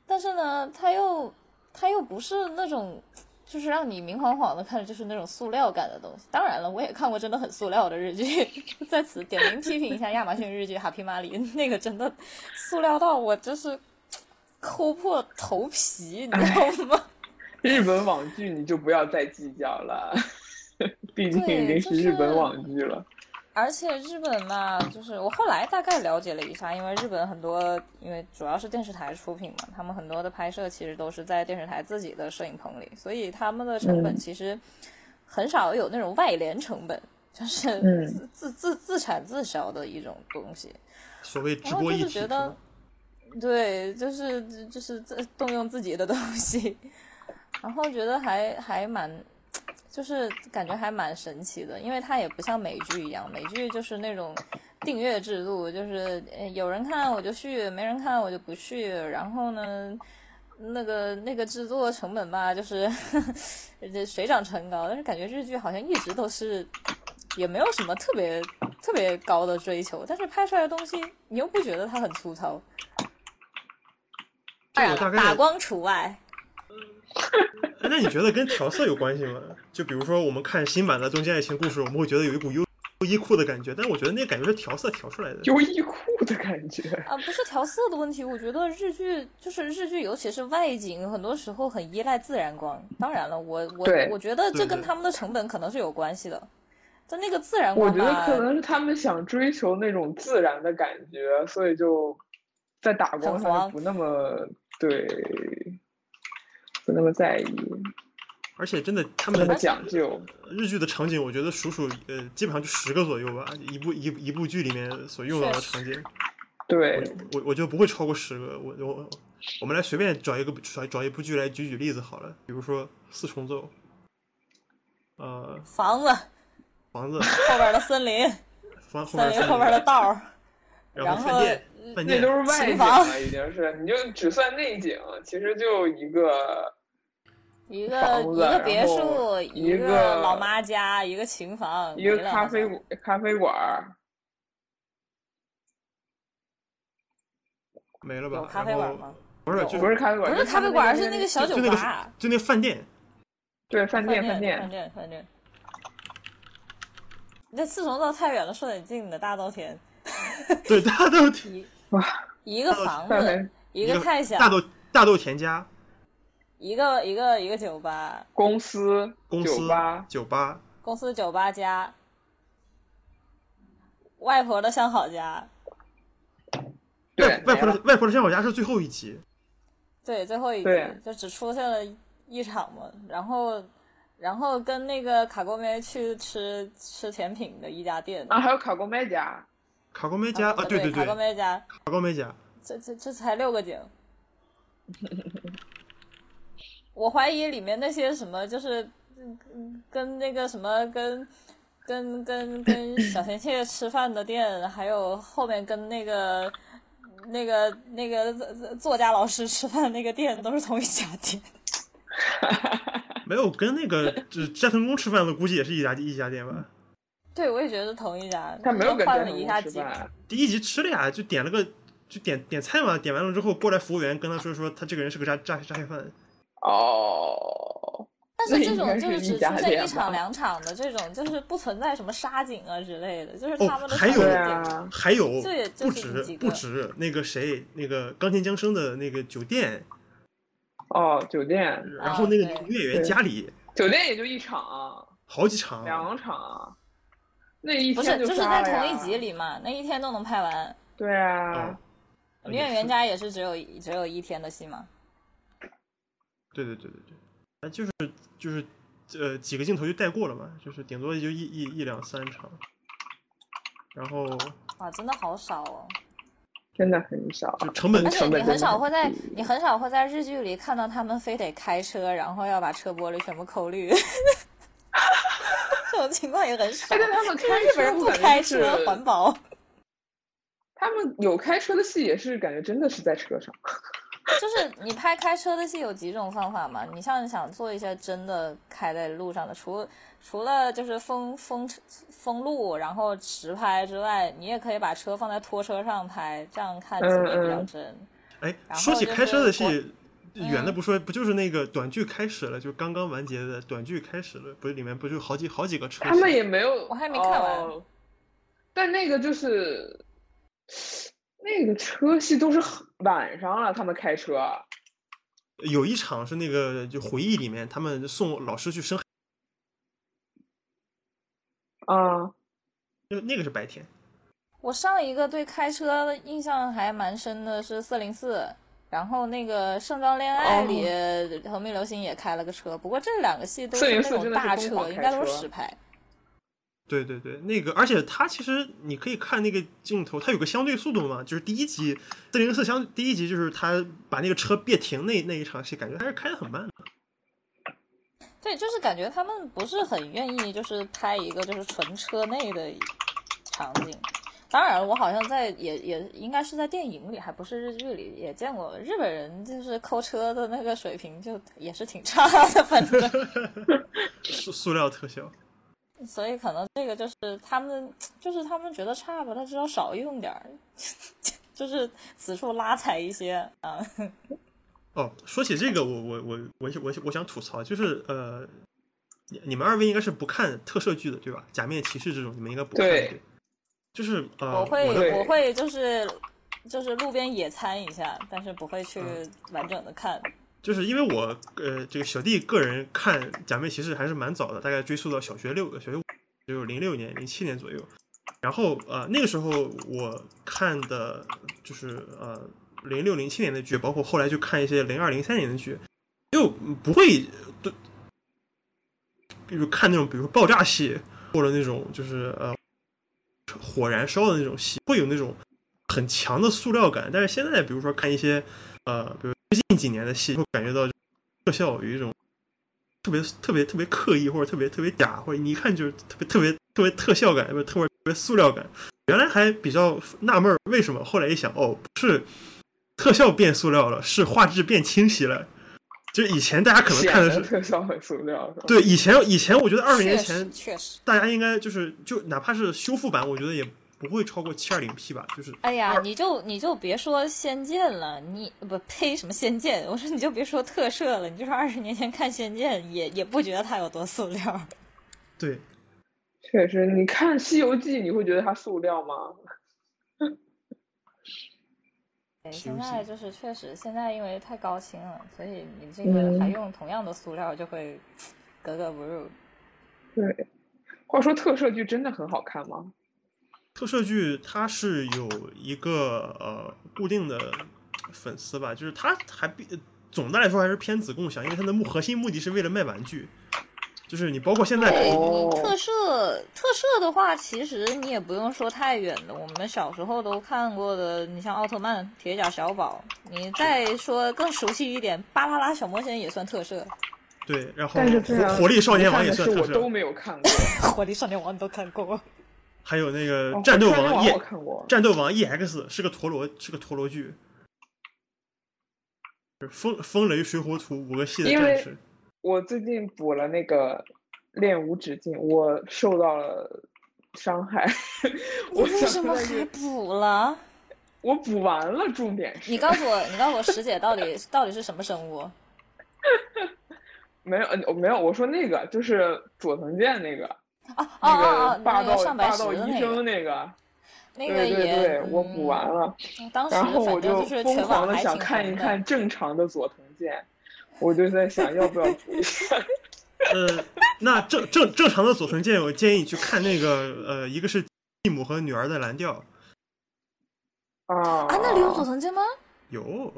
但是呢，它又它又不是那种就是让你明晃晃的看着就是那种塑料感的东西。当然了，我也看过真的很塑料的日剧， (laughs) 在此点名批评一下亚马逊日剧《哈皮玛里》，那个真的塑料到我就是。抠破头皮，你知道吗？。日本网剧你就不要再计较了， (laughs) 毕竟已经是日本网剧了、就是而且日本嘛，就是我后来大概了解了一下，因为日本很多，因为主要是电视台出品嘛，他们很多的拍摄其实都是在电视台自己的摄影棚里，所以他们的成本其实很少有那种外联成本，就是自、嗯、自自自产自销的一种东西。所谓直播一哦就是觉得。对，就是就是动用自己的东西， (laughs) 然后觉得还还蛮，就是感觉还蛮神奇的，因为它也不像美剧一样，美剧就是那种订阅制度，就是呃有人看我就续，没人看我就不续，然后呢，那个那个制作成本吧，就是 (laughs) 水涨船高，但是感觉日剧好像一直都是也没有什么特别特别高的追求，但是拍出来的东西你又不觉得它很粗糙。这我大概打光除外。哎那你觉得跟调色有关系吗？就比如说我们看新版的《东京爱情故事》，我们会觉得有一股优衣库的感觉，但我觉得那感觉是调色调出来的。优衣库的感觉啊，不是调色的问题，我觉得日剧就是日剧，尤其是外景，很多时候很依赖自然光。当然了，我我我觉得这跟他们的成本可能是有关系的。就那个自然光，我觉得可能是他们想追求那种自然的感觉，所以就在打光上不那么。对，不那么在意，而且真的他们么讲究日剧的场景，我觉得数数呃，基本上就十个左右吧，一部一一部剧里面所用到的场景，对我我觉得不会超过十个。我我我们来随便找一个找找一部剧来举举例子好了，比如说《四重奏》，呃，房子，房子 (laughs) 后边的森林，房森林后边的道 (laughs) 儿，然后。那都是外景了，已经是，你就只算内景，其实就一个一个一个别墅，一个老妈家，一个琴房，一个咖啡咖啡馆，没了吧？有咖啡馆吗？不是，就不是咖啡馆，不是咖啡馆，是那个小酒吧，就那饭店，对，饭店，饭店，饭店，饭店。你这四重奏太远了，说点近的，大稻田。对，大豆田哇，一个房子， (laughs) 一个太小，大豆大豆田家，一个一个一个酒吧，公司公司酒吧酒吧，公司酒吧家，外婆的相好家，外外婆的外婆的相好家是最后一集，对，最后一集就只出现了一场嘛，然后。然后跟那个卡锅妹去吃吃甜品的一家店呃啊，还有卡锅妹家， (laughs) 卡锅妹家啊，哦对对对，卡锅妹家，卡锅妹家，这这这才六个景， (laughs) 我怀疑里面那些什么就是跟那个什么跟跟跟跟小贤妾吃饭的店，还有后面跟那个那个那个作家老师吃饭那个店，都是同一家店。 (laughs) 没有跟那个斋藤工吃饭的，估计也是一家一家店吧。对，我也觉得是同一家，他没有跟换詹了姆一下吃几个。饭，第一集吃了呀，就点了个就点点菜嘛，点完了之后过来服务员跟他说说他这个人是个诈诈诈骗犯，哦，但那是这应种该就是是一只家出现店一场吧两场的这种，就是不存在什么杀警啊之类的，就是哦他们的还杀有对警啊，还有这也不就是止几个不止那个谁那个钢琴江生的那个酒店，哦，酒店，然后那个啊对女演员家里酒店也就一场啊，好几场，两场啊，那一不是天就就是杀在了同一呀集里嘛，那一天都能拍完。对啊啊，，女演也员是家也是只有一只有一天的戏嘛。对对对对对，啊就是就是呃几个镜头就带过了嘛，就是顶多也就一一一两三场，然后哇，真的好少哦！真的很少。就成本而且成本真你的很少很会在低你很少会在日剧里看到他们非得开车，然后要把车玻璃全部 (laughs) 抠绿，这种情况也很少哎，。但他们就开是日本人不我感觉开就是车，环保。他们有开车的戏，也是感觉真的是在车上。就是你拍开车的戏有几种方法嘛？你像想做一些真的开在路上的，除除了就是封封封路，然后实拍之外，你也可以把车放在拖车上拍，这样嗯看起来比较真。哎，然后说起就开是车的我戏，远的嗯不说，不就是那个短剧开始了，就刚刚完结的短剧开始了，不是里面不就好几好几个车他们戏也没有，我还没看完哦但那个就是那个车戏都是很晚上了，他们开车。啊有一场是那个就回忆里面他们送老师去生孩，啊，那那个是白天，我上一个对开车的印象还蛮深的是四零四，然后那个《盛装恋爱》哦里呃横滨流星也开了个车，不过这两个戏都是那404种真的是大疯狂车，应开该都是车实拍。对对对，那个，而且它其实你可以看那个镜头，它有个相对速度嘛，就是第一集四零四相第一集就是他把那个车别停那那一场戏，感觉还是开的很慢的。对，就是感觉他们不是很愿意，就是拍一个就是纯车内的场景。当然，我好像在也也应该是在电影里，还不是日剧里也见过日本人就是抠车的那个水平，就也是挺差的，反正。 (laughs) 塑塑料特效，所以可能这个就是他们就是他们觉得差吧，他知道少用点儿， (laughs) 就是此处拉踩一些啊。哦，说起这个，我我我我我我想吐槽，就是呃，你你们二位应该是不看特摄剧的对吧？假面骑士这种你们应该不看对就是呃，我会的对我会就是就是路边野餐一下，但是不会去完整的看。就是因为我呃这个小弟个人看假面骑士还是蛮早的，大概追溯到小学六小学五就是零六年零七年左右。然后呃那个时候我看的就是呃零六零七年的剧，包括后来就看一些零二零三年的剧，就不会对，比如看那种比如说爆炸戏或者那种就是呃火燃烧的那种戏，会有那种很强的塑料感。但是现在比如说看一些呃比如最近几年的戏，会感觉到特效有一种特别特别特别刻意或者特别特别假，或者你一看就是特别特别特别特效感，不是特别特别塑料感。原来还比较纳闷儿为什么，后来一想，哦，不是特效变塑料了，是画质变清晰了。就是以前大家可能显看的得是特效很塑料，是吧？对，以前以前我觉得二十年确实前确实。大家应该就是就哪怕是修复版，我觉得也不会超过七二零 P 吧，就是哎呀二，你就你就别说《仙剑》了，你不呸什么《仙剑》，我说你就别说特摄了，你就说二十年前看《仙剑》也也不觉得它有多塑料。对。确实，你看《西游记》，你会觉得它塑料吗？ (laughs) 对，是现不是在就是确实，现在因为太高清了，所以你这嗯个还用同样的塑料就会格格不入。对。话说特摄剧真的很好看吗？特摄剧它是有一个呃固定的粉丝吧，就是它还比呃总的来说还是偏子共享，因为它的目核心目的是为了卖玩具，就是你包括现在对可哦哎你特摄特摄的话，其实你也不用说太远的，我们小时候都看过的。你像奥特曼、铁甲小宝，你再说更熟悉一点，芭啦啦小魔仙也算特摄，对，然后但是这样火火哦力少年王看也的算是特我都摄，没有看过。火力少年王你都看过。还有那哦个战斗火山王王我 E 看过。战斗王 EX 是个陀螺是个陀螺剧，就是风风雷水火土五个系的因为战士。我最近补了那个《练无止境》，我受到了伤害。你 (laughs) 我为想什么说的是还补了？我补完了，重点是你告诉 (laughs) 我，你告诉我，石姐到底到底是什么生物？啊没有，呃没有，我说那个就是佐藤健那个，哦哦那哦个哦，霸那道个上白霸石道的医那个，生那个，那个对对也，对，我补完嗯。了。当时然后我反正就是疯全狂网的还想挺看一红的看正常的佐藤健，我就在想要不要补一 (laughs) 下。呃，那正正正常的佐藤健，我建议你去看那个呃，一个是继母和女儿的蓝调，啊啊，那里有佐藤健吗？有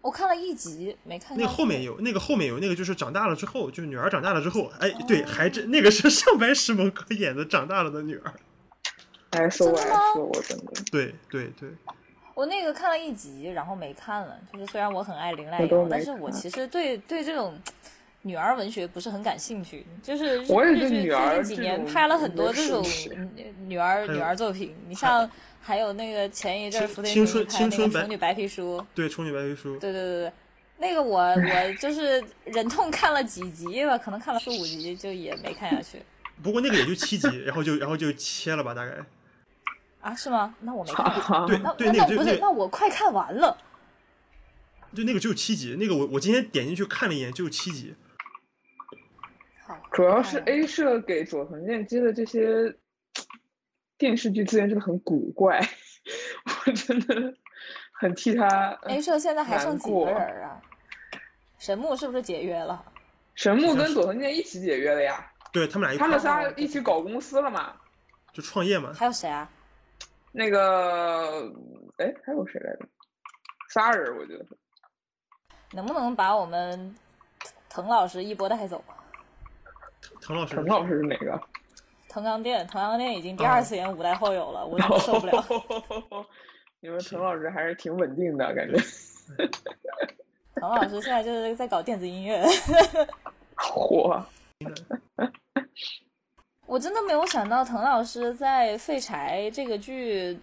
我看了一集，没看那个下后去面有那个后面有那个就是长大了之后，就是女儿长大了之后，哎，对，还真那个是上白石萌歌演的长大了的女儿，哎，so 真的吗 S，我真的，对对对，我那个看了一集，然后没看了。就是虽然我很爱林濑我都遥，没但是我看其实对对这种女儿文学不是很感兴趣。就是日我也日对剧女最儿近几这年种拍了很没多这兴种趣女女儿还有女儿作品，你像还有那个前一阵儿青福田青春青明拍那春个《白腐女白皮书》，对，《丑女白皮书》对对对对，那个我我就是忍痛看了几集吧，可能看了四五集就也没看下去不过那个也就七集，然后就然后就切了吧，大概。啊？是吗？那我没看。啊对那对，那那个就不？是那那我快看完了。对那个只有七集，那个我我今天点进去看了一眼，只有七集。好， (laughs) 主要是看完 A 社给佐藤健接的这些电视剧资源真的很古怪， (laughs) 我真的很替他。 A 社哎现在还剩几难个过人啊？神木是不是解约了？神好木像跟是佐藤健一起解约的呀，对他们俩一他块们儿仨一起搞公司了嘛。就创业嘛，还有谁啊？那个，哎，还有谁来着？仨人，我觉得。能不能把我们滕老师一波带走？啊滕老师陈老师是哪个？滕刚店，滕刚店已经第啊二嗯次演五代后友了， (laughs) 我真的受不了。你们陈老师还是挺稳定的感觉，滕老师现在就是在搞电子音乐。 (laughs) (laughs) 火。我真的没有想到滕老师在《废柴》这个剧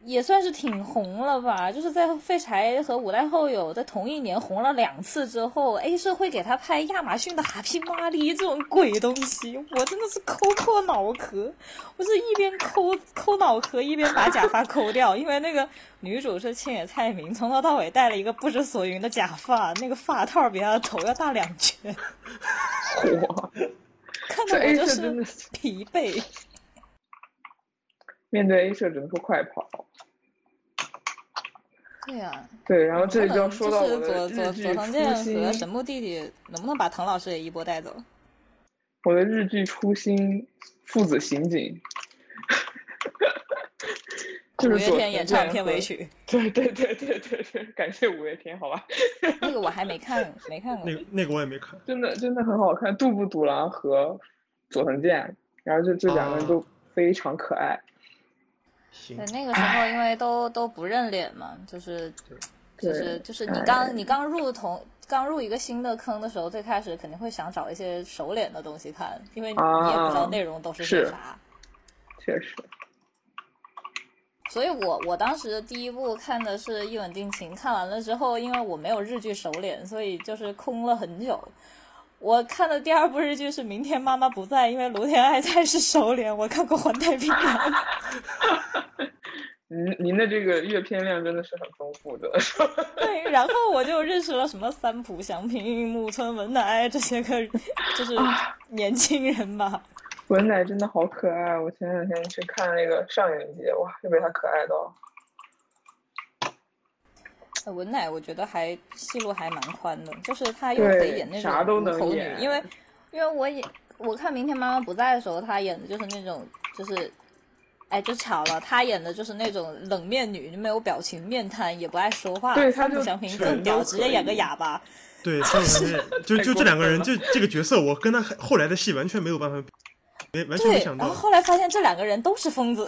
也算是挺红了吧？就是在《废柴》和《五代后友》在同一年红了两次之后，A 社会给他拍亚马逊的《哈皮玛丽》这种鬼东西，我真的是抠破脑壳。我是一边抠抠脑壳，一边把假发抠掉，因为那个女主是千野菜明，从头到尾戴了一个不知所云的假发，那个发套比她的头要大两圈， (laughs) 火，看这得我 A 就社真是的疲惫。面对 A 社只能说快跑。对啊呀、对，然后这里就要能说到就是我的佐日佐剧佐藤初健和神心，木弟弟，能不能把滕老师也一波带走？我的日剧初心，父子刑 (laughs) 警，就五是月佐天藤演唱健片尾和。 (laughs) 曲，对对对对对对，感谢五月天，好吧。那个我还没看，没看过那。个那个我也没看，真的真的很好看，杜布笃郎和佐藤健，然后就这两个人啊都非常可爱。行对，，那个时候因为都都不认脸嘛，就是就对是就是你刚你刚入同刚入一个新的坑的时候，最开始肯定会想找一些熟脸的东西看，因为你也不知道啊内容都是是些啥。确实，所以我我当时第一部看的是《一吻定情》，看完了之后，因为我没有日剧熟脸，所以就是空了很久。我看的第二部日剧是《明天妈妈不在》，因为芦田爱菜是熟脸，我看过《环太平洋》。 (laughs) 您您的这个阅片量真的是很丰富的。 (laughs) 对，然后我就认识了什么三浦祥平、木村文乃这些个，就是年轻人吧。文乃真的好可爱，我前两天去看那个上影节，哇，又被他可爱到。呃文乃我觉得还戏路还蛮宽的，就是她又对可以演那种啥都能无头女，演因为因为我也我看《明天妈妈不在》的时候，她演的就是那种就是，哎，就巧了，她演的就是那种冷面女，就没有表情，面瘫，也不爱说话，对她宋就祥平全更都屌，可直接演个以哑巴。对，三浦翔 (laughs) 平就就这两个人，就这个角色，我跟他后来的戏完全没有办法比，没完全没对，想然后到，后来发现这两个人都是疯子。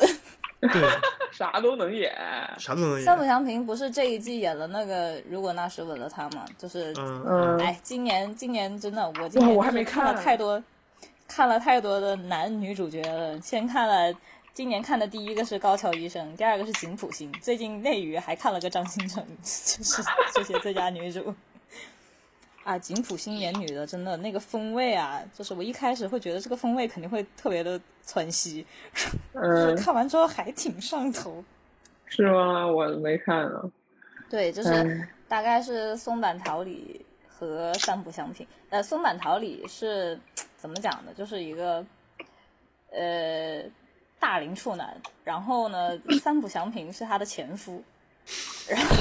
对， (laughs) (laughs) 啥都能演，啥都能三浦演，祥平不是这一季演了那个《如果那时吻了他》吗？就是嗯嗯，哎，今年今年真的，我今年我还没就是看了看太多，看了太多的男女主角了。先看了今年看的第一个是高桥医生，第二个是井浦新，最 (laughs) 近内娱还看了个张新成，就是这些最佳女主。啊，井浦新演女的，真的那个风味啊，就是我一开始会觉得这个风味肯定会特别的窜稀，嗯，看完之后还挺上头。是吗？我没看呢。对，就是 (laughs) 嗯大概是松坂桃李和三浦翔平。呃，松坂桃李是怎么讲呢？就是一个呃大龄处男，然后呢，三浦翔平是他的前夫，然后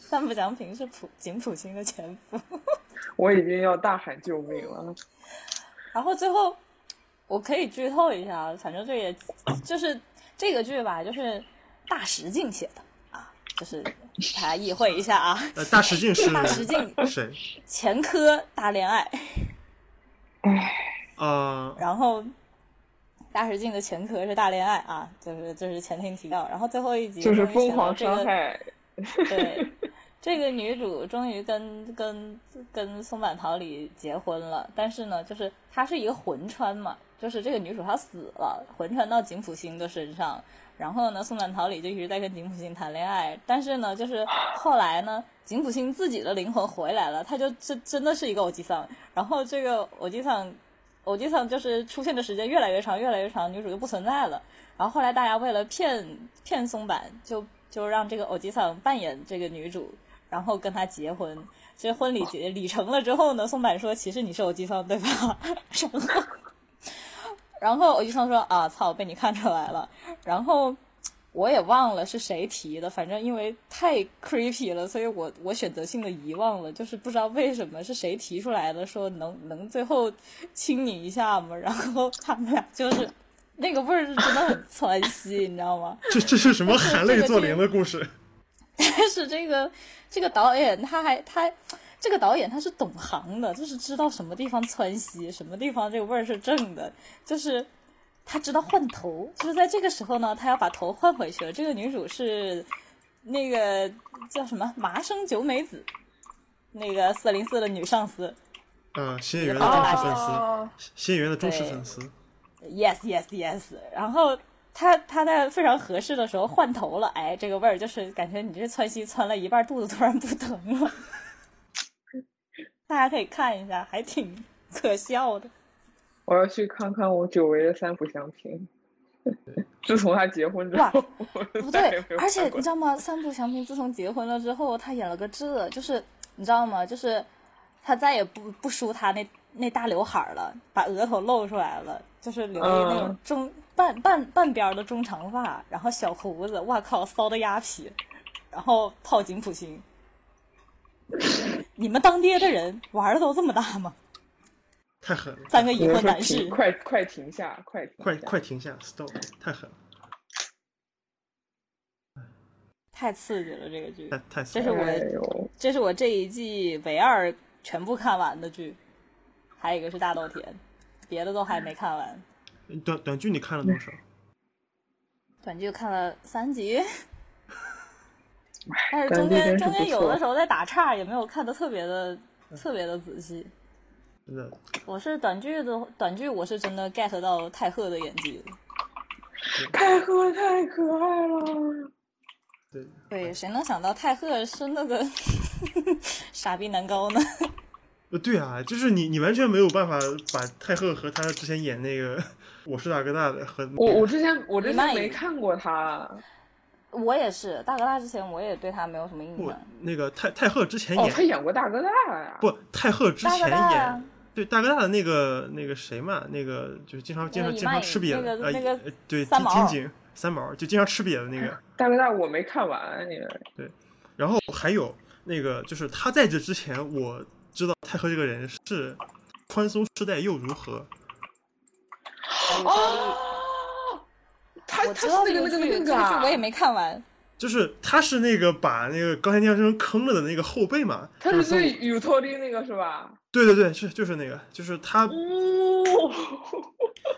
三浦翔平是浦井浦新的前夫。我已经要大喊救命了。然后最后，我可以剧透一下，啊反正这也就是这个剧吧，就是大石静写的啊，就是大家意会一下啊。呃，大石镜是大石静谁？前科大恋爱，啊、然后大石静的前科是大恋爱啊，就是这、是前情提要。然后最后一集就是终于写疯到狂这个伤害，对， (laughs) 这个女主终于跟跟跟松坂桃李结婚了，但是呢，就是她是一个魂穿嘛，就是这个女主她死了，魂穿到井浦新的身上，然后呢，松坂桃李就一直在跟井浦新谈恋爱，但是呢，就是后来呢，井浦新自己的灵魂回来了，他就真真的是一个偶吉桑，然后这个偶吉桑。偶吉桑就是出现的时间越来越长，越来越长，女主就不存在了。然后后来大家为了骗骗松坂，就就让这个偶吉桑扮演这个女主，然后跟她结婚。这婚礼结礼成了之后呢，松坂说：“其实你是偶吉桑对吧？”然后然后偶吉桑说：“啊，操，被你看出来了。”然后我也忘了是谁提的，反正因为太 creepy 了，所以我我选择性的遗忘了，就是不知道为什么是谁提出来的，说能能最后亲你一下吗？然后他们俩就是那个味儿是真的很窜稀，你知道吗？这这是什么含泪作零的故事？但是这个这个导演他还他这个导演他是懂行的，就是知道什么地方窜稀，什么地方这个味儿是正的，就是他知道换头，就是在这个时候呢，他要把头换回去了。这个女主是那个叫什么麻生久美子，那个四零四的女上司。嗯，新演员的忠实粉丝，哦，新演员的忠实粉丝， yes yes yes，然后他他在非常合适的时候换头了，哎，这个味儿就是感觉你这窜稀窜了一半，肚子突然不疼了。 (laughs) 大家可以看一下，还挺可笑的。我要去看看我久违的三浦翔平。 (laughs) 自从他结婚之后，我 (laughs) 就不再也对没有，而看且过你知道吗？三浦翔平自从结婚了之后，他演了个这，就是你知道吗？就是他再也不不梳他那那大刘海儿了，把额头露出来了，就是留一那种嗯中、半半半边儿的中长发，然后小胡子，哇靠，骚的鸭皮，然后泡井浦新。你们当爹的人玩的都这么大吗？太狠了！三个 (laughs) 已我婚说男停士，快快停下，快停快下快停下，stop！太狠了，太刺激了这个剧太。太死这是了！我哎呦，这是我这一季唯二全部看完的剧，还有一个是大豆田，别的都还没看完。短短剧你看了多少？短剧看了 (laughs) 三集，但是短中剧间真是中不间有错嗯的时候在打岔，也没有看的特别的特别的仔细。真的，我是短剧的短剧，我是真的 get 到泰赫的演技了。太可太可爱了！对，对，谁能想到泰赫是那个 (laughs) 傻逼男高呢？ (laughs) 呃，对啊，就是你，你完全没有办法把泰赫和他之前演那个《我是大哥大》的和我我之前我之你慢前一没点看过他，我也是，大哥大之前我也对他没有什么印我象。那个泰泰赫之前哦，演、他演过大哥大呀、哎不泰赫之大前哥演大啊对大哥大的那个那个谁嘛，那个就是经常经常那个经常伊曼吃瘪的、那个呃那个呃对三金毛金井三毛就经常吃瘪的 (laughs) 那个，大哥大我没看完，因为然后还有那个就是他在这之前我知道泰赫这个人是宽松世代又如何，还有高丽哦，他我他知是道那这个那个个那剧，这个个剧啊我也没看完。就是他是那个把那个高田将生坑了的那个后辈嘛，他就是是说最有托利那个 (laughs) 是吧？对对对是就是那个就是他哦，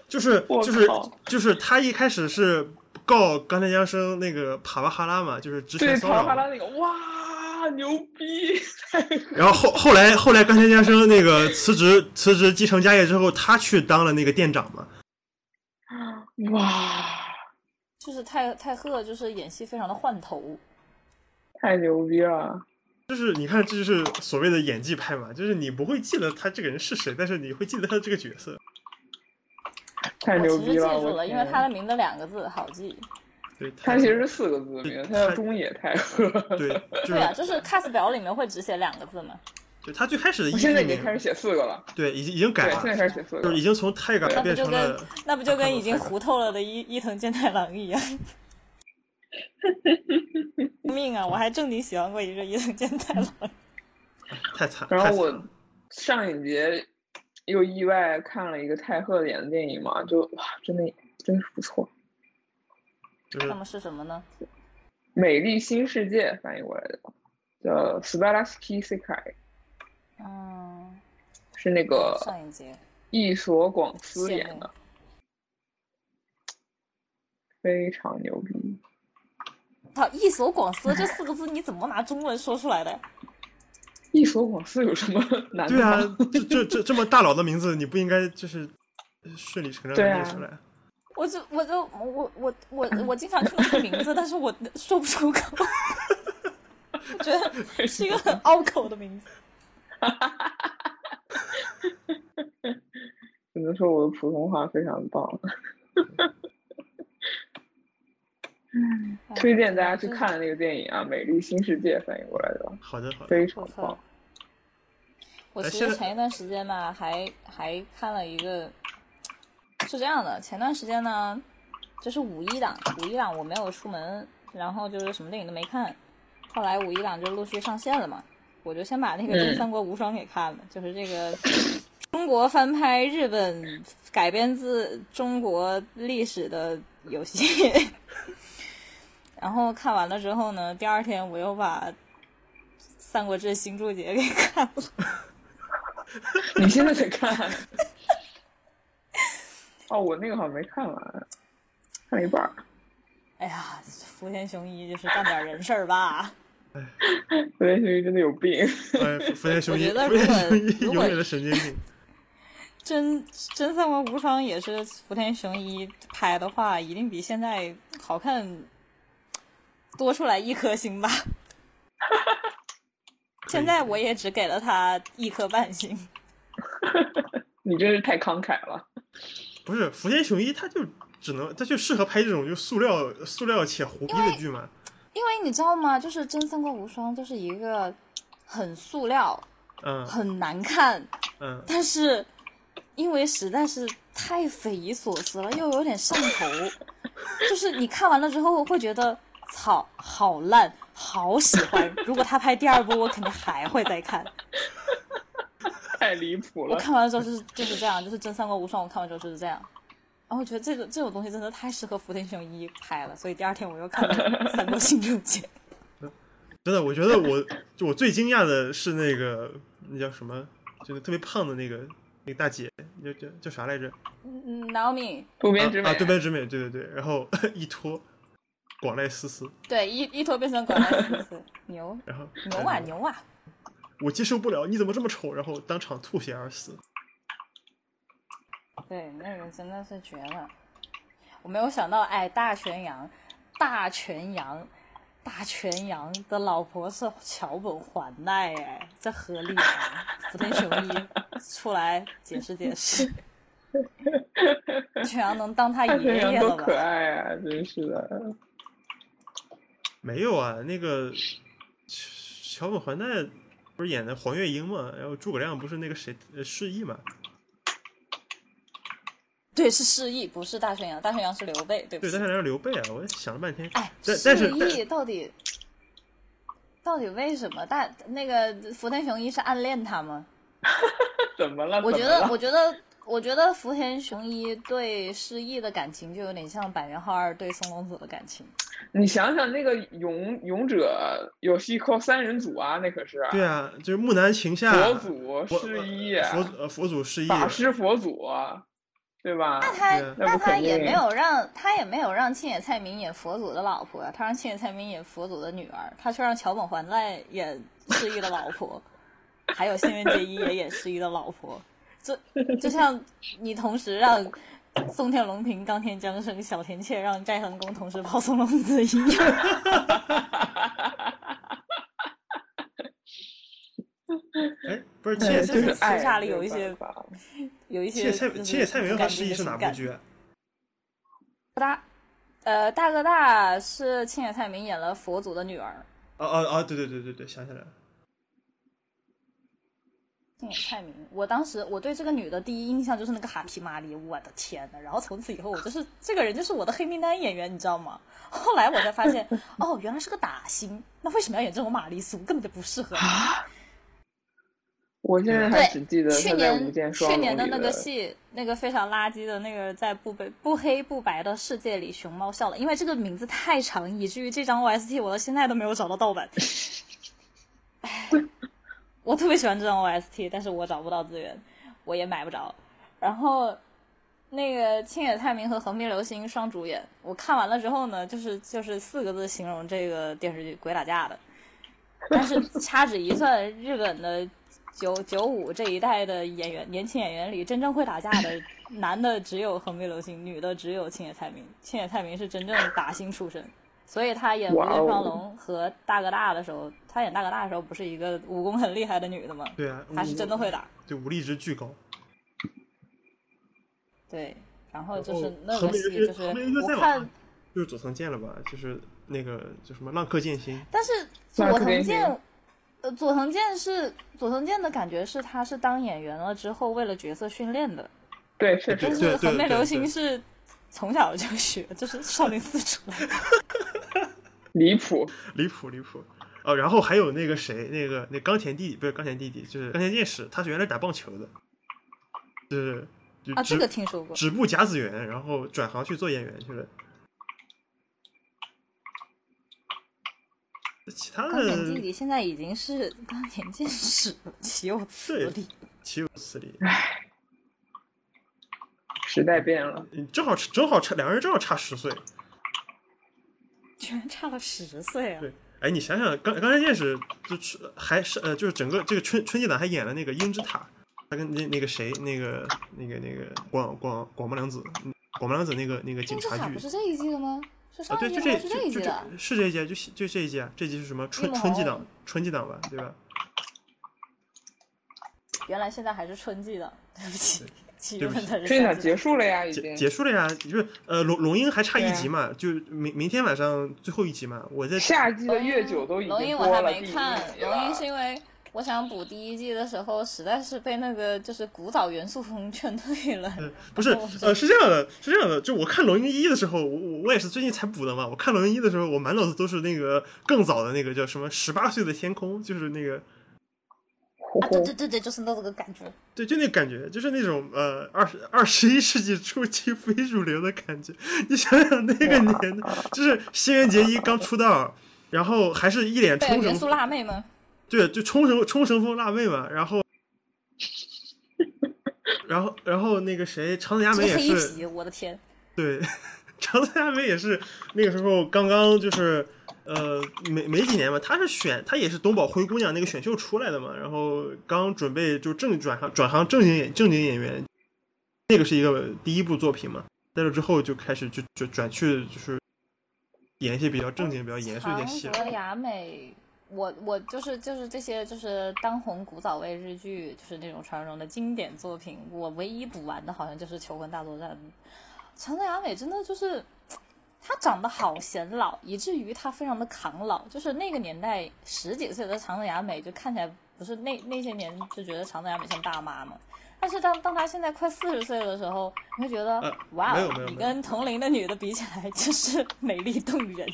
就是嗯我就是靠就是他一开始是告冈田将生那个帕瓦哈拉嘛，就是职对，权塔骚拉哈拉扰。那个，哇，牛逼！ (laughs) 然后后后来后来冈田将生那个辞职辞职继承家业之后，他去当了那个店长嘛。哇，就是泰泰赫，就是演戏非常的换头，太牛逼了！就是你看，这就是所谓的演技派嘛，就是你不会记得他这个人是谁，但是你会记得他这个角色。太我牛其实逼记了！我住了，因为天他的名字两个字，好记。对，他其实是四个字对名，他叫他中野太和。对，就是对啊，就是 cast 表里面会只写两个字嘛。对他最开始的我艺现在艺已经开始名，写四个了，对，已经已经改对，现在了，开始写四就个是了已。经从泰嘎那不变就成跟了那不就跟已经糊透了的伊伊藤健太郎一样？ (laughs) 命啊！我还正经喜欢过一个伊藤健太郎。太惨。然太惨后我上一节又意外看了一个太赫演的电影嘛，就哇，真的真是不错，嗯就是那么是什么呢？ 《美丽新世界》翻译过来的，叫《斯巴拉斯基世界》，嗯，是那个上一节一所广司羡演慕的，非常牛逼。操！一所广司这四个字你怎么拿中文说出来的？一所广司有什么 (laughs) 难的对啊 (laughs) 吗？，这这这这么大佬的名字，你不应该就是顺理成章对的啊念出来。我就我就我我我我经常听到这个名字，但是我说不出口。我觉得是一个很拗口的名字。只能说我的普通话非常棒。哎推荐大家去真是看那个电影啊，《美丽新世界》翻译过来的，好的好的，非我常操棒。！我哎其现实在前一段时间吧，还还看了一个，是这样的，前段时间呢，就是五一档，五一档我没有出门，然后就是什么电影都没看，后来五一档就陆续上线了嘛，我就先把那个《嗯真三国无双》给看了，就是这个中国翻拍日本改编自中国历史的游戏。 (laughs) 然后看完了之后呢，第二天我又把《三国志·新注解》给看了。 (laughs) 你现在在看？哦，我那个好像没看完，看了一半儿。哎呀，福田雄一就是干点人事儿吧。我连续真的有病， (laughs) 哎，福福田雄一，我觉得福田如果雄一如永果远的神经病。真真三国无双也是福田雄一拍的话，一定比现在好看多出来一颗星吧。现在我也只给了他一颗半星。你真是太慷慨了。不是福田雄一，他就只能他就适合拍这种就塑料塑料且胡逼的剧嘛。 (laughs) 因为你知道吗？就是《真三国无双》就是一个很塑料、嗯很难看，嗯，但是因为实在是太匪夷所思了，又有点上头， (laughs) 就是你看完了之后会觉得，操，好烂，好喜 (laughs) 欢。如果他拍第二部，我肯定还会再看。太离谱我了！看完了之后就是就是这样，就是《真三国无双》，我看完之后就是这样。然后我觉得这个这种东西真的太适合福田雄一拍了，所以第二天我又看了《三国新注解》。 (laughs) 真的，我觉得我就我最惊讶的是那个那叫什么，就是特别胖的那个那个大姐，叫叫叫啥来着？嗯，Naomi 渡啊边直美，啊，渡边直美，对对对。然后一拖，广濑丝丝，对一一坨变成狗来死死，牛然后牛啊牛啊！我接受不了，你怎么这么丑？然后当场吐血而死。对，那个真的是绝了，我没有想到，哎，大泉洋，大泉洋，大泉洋的老婆是桥本环奈，哎，这合理吗？福田雄啊一出来解释解释，大泉洋能当他看这爷人爷多了可吧？爱啊！真是的， (laughs) 没有啊，那个桥本环奈不是演的黄月英嘛？然后诸葛亮不是那个谁呃失忆嘛？对，是失忆，不是大泉洋，大泉洋是刘备，对不对，起但。是那是刘备啊，我想了半天，哎，但失但是忆到底到底为什么？大那个福田雄一是暗恋他吗？怎么了？我觉怎么得，了我觉得，我觉得福田雄一对失忆的感情就有点像板垣浩二对松隆子的感情。你想想那个勇勇者有西扣三人组啊，那可是对啊，就是木兰情下佛祖佛失忆，呃佛祖呃佛祖失忆，法师佛祖，啊对 (laughs) 吧？他对啊那那不他肯也定没有让他也没有让青野菜明演佛祖的老婆，他让青野菜明演佛祖的女儿，他却让桥本环奈演失忆的老婆，还有新垣结衣也演失忆的老婆。就就像你同时让松田龙平、冈田将生、小田切让斋藤工同时泡松隆子一样。哎，不是对切就菜是苗私爱下里没有一办些法有一切些菜就是切野菜苗它感激是一的是哪情部感剧啊？大呃大哥大是青野菜明演了佛祖的女儿，哦哦哦，对对对对对，想起来了，青野菜明。我当时我对这个女的第一印象就是那个哈皮玛丽，我的天呐！然后从此以后我就是这个人就是我的黑名单演员，你知道吗？后来我才发现，哦，原来是个打星，那为什么要演这种玛丽苏？根本就不适合你。啊！我现在还只记得去他在《无年间双去龙》年的里那的个戏，那个非常垃圾的那个在不白不黑不白的世界里，熊猫笑了，因为这个名字太长，以至于这张 OST 我到现在都没有找到 (laughs) 盗版。唉我特别喜欢这张 OST，但是我找不到资源，我也买不着。然后那个青野太明和横滨流星双主演，我看完了之后呢，就是就是四个字形容这个电视剧“鬼打架”的。但是掐指一算，日本的九九五这一代的演员，年轻演员里真正会打架的男的只有横滨流星，女的只有青野菜明。青野菜明是真正打星出身，所以她演《无哇间双哦龙》和《大哥大》的时候，她演大哥大的时候不是一个武功很厉害的女的吗？对啊，她是真的武会打。对武力值巨高。对，然后然就后是那哦横个滨戏流就星是横滨流星我再往看上就是佐藤健了吧？就是那个叫什么浪客剑心，但是虽佐然特别藤牛健，呃，佐藤健是佐藤健的感觉是他是当演员了之后为了角色训练的，对，确实但对是对横对滨流星对是从小就学，就是少林寺出来的。离谱。离谱离谱。呃，然后还有那个谁，那个那冈田弟弟不是冈田弟弟，就是冈田健史，他是原来打棒球的，就是就啊，止这个听说过。止步甲子园，然后转行去做演员去了。其他冈田弟的弟现在已经是冈田健史了，岂有此对理！岂有此理？时代变了，嗯正好正好差两个人正好差十岁。居然差了十岁啊！对，哎，你想想，刚刚才认识就春还是呃，就是整个这个春春季档还演了那个《樱之塔》，他跟那那个谁，那个那个那个广广广播良子，嗯广播良子那个那个警金字察塔局不是这一季的吗？是啊，上对，一就季这的吗？是就这一季就的。这是这一季啊，就就这一季啊，这一季是什么春绿毛春季档春季档吧，对吧？原来现在还是春季的，对不起，七对月不份起才是这夏哪季。结束了呀？已结经结束了呀，就是呃，龙龙樱还差对一啊集嘛，就明明天晚上最后一集嘛，我在下季的月九都已龙经樱播我还了没第一集看，龙樱了是因为我想补第一季的时候，实在是被那个就是古早元素风 (laughs) 劝退了。不是然后我，就呃，是这样的，是这样的，就我看《龙樱一》的时候，我我我也是最近才补的嘛。我看《龙樱一》的时候，我满脑子都是那个更早的那个叫什么《十八岁的天空》，就是那个呼啊，对呼对对对，就是那个感觉。对，就那感觉，就是那种呃二十二十一世纪初期非主流的感觉。你想想那个年代，就是新人节一刚出道，然后还是一脸 (laughs) 对啊，冲元绳素辣妹吗？对，就冲绳冲绳风辣妹嘛，然后，然后然后那个谁，长子牙这美个也黑是皮，我的天！对，长泽雅美也是那个时候刚刚就是呃没没几年嘛，她是选她也是东宝灰姑娘那个选秀出来的嘛，然后刚准备就正转行转行正经演正经演员，那个是一个第一部作品嘛，在这之后就开始就就转去就是演一些比较正经、比较严肃一长点戏了。泽雅美，我我就是就是这些就是当红古早味日剧，就是那种传说中的经典作品，我唯一补完的好像就是《求婚大作战》。长泽雅美真的就是，她长得好显老，以至于她非常的抗老。就是那个年代十几岁的长泽雅美，就看起来不是那那些年就觉得长泽雅美像大妈嘛。但是当当她现在快四十岁的时候，你会觉得、呃哇没有哦没有，你没有跟同龄的女的比起来，就是美丽动人。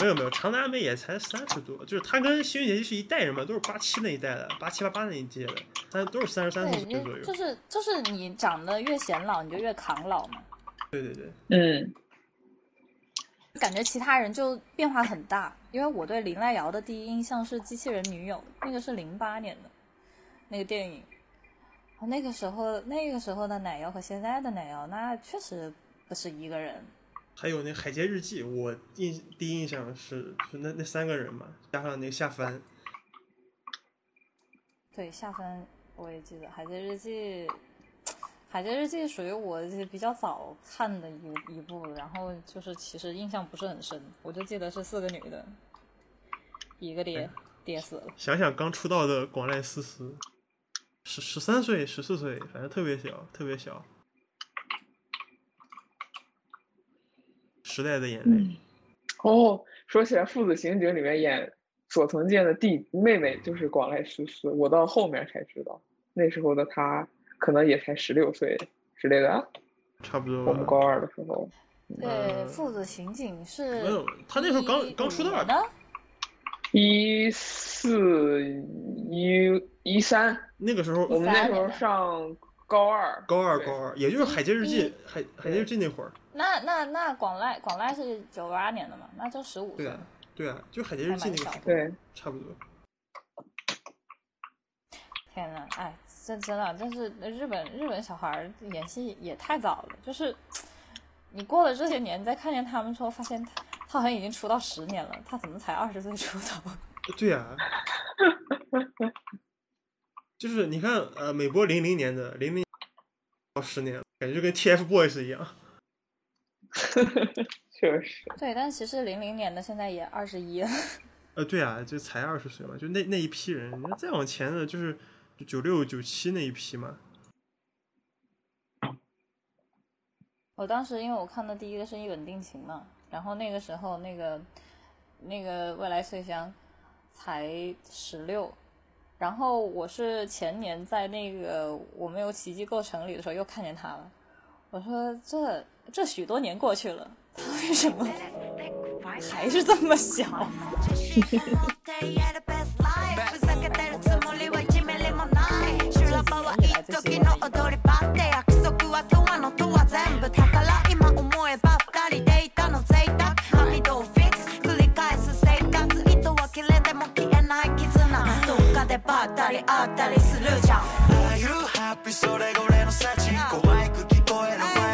没有没有，长泽雅美也才三十多，就是她跟新垣结衣是一代人嘛，都是八七那一代的，八七八八那一届的，但都是三十三岁对，左右就。就是就是你长得越显老，你就越抗老嘛。对对对，嗯，感觉其他人就变化很大，因为我对林濑遥的第一印象是《机器人女友》，那个是零八年的那个电影。哦，那个时候那个时候的奶油和现在的奶油，那确实不是一个人。还有那《海街日记》，我印第一印象是是那那三个人嘛，加上那个夏帆，对，下分我也记得，《海街日记》。《海街日记》属于我比较早看的一一部，然后哎就是其实印象不是很深，我就记得是四个女的，一个爹。跌死了。想想刚出道的广濑丝丝，十十三岁、十四岁，反正特别小，特别小。时代的眼泪，嗯哦，说起来，《父子刑警》里面演佐藤健的弟妹妹就是广濑丝丝，我到后面才知道，那时候的她可能也才十六岁之类的啊，差不多我们吧。高二的时候。对，父子刑警是没有，他那时候刚刚出道，啊的，一四一一三，那个时候我们那时13候年上高二，高二对高二，也就是《海街日记》海《海街日记》那会儿。那那那广濑广濑是九八年的嘛，那就十五对岁啊，对啊，就《海街日记》那个时候还蛮小的，对， (laughs) 差不多。天呐，哎，这真的，但是日本日本小孩儿演戏也太早了，就是你过了这些年，你再看见他们之后，发现他他好像已经出道十年了，他怎么才二十岁出头？对啊，就是你看，呃，美国零零年的零零到十年，感觉就跟 TFBOYS 一样。确实， (laughs) 对，但其实零零年的现在也二十一了，呃，对啊，就才二十岁嘛，就那那一批人，那再往前的就是九六九七那一批嘛。我当时因为我看的第一个是《一吻定情》嘛，然后那个时候那个那个未来碎香才十六，然后我是前年在那个我没有奇迹构成里的时候又看见他了，我说这这许多年过去了，他为什么还是这么小？ Are you happy? それ俺の幸怖いく聞こえる前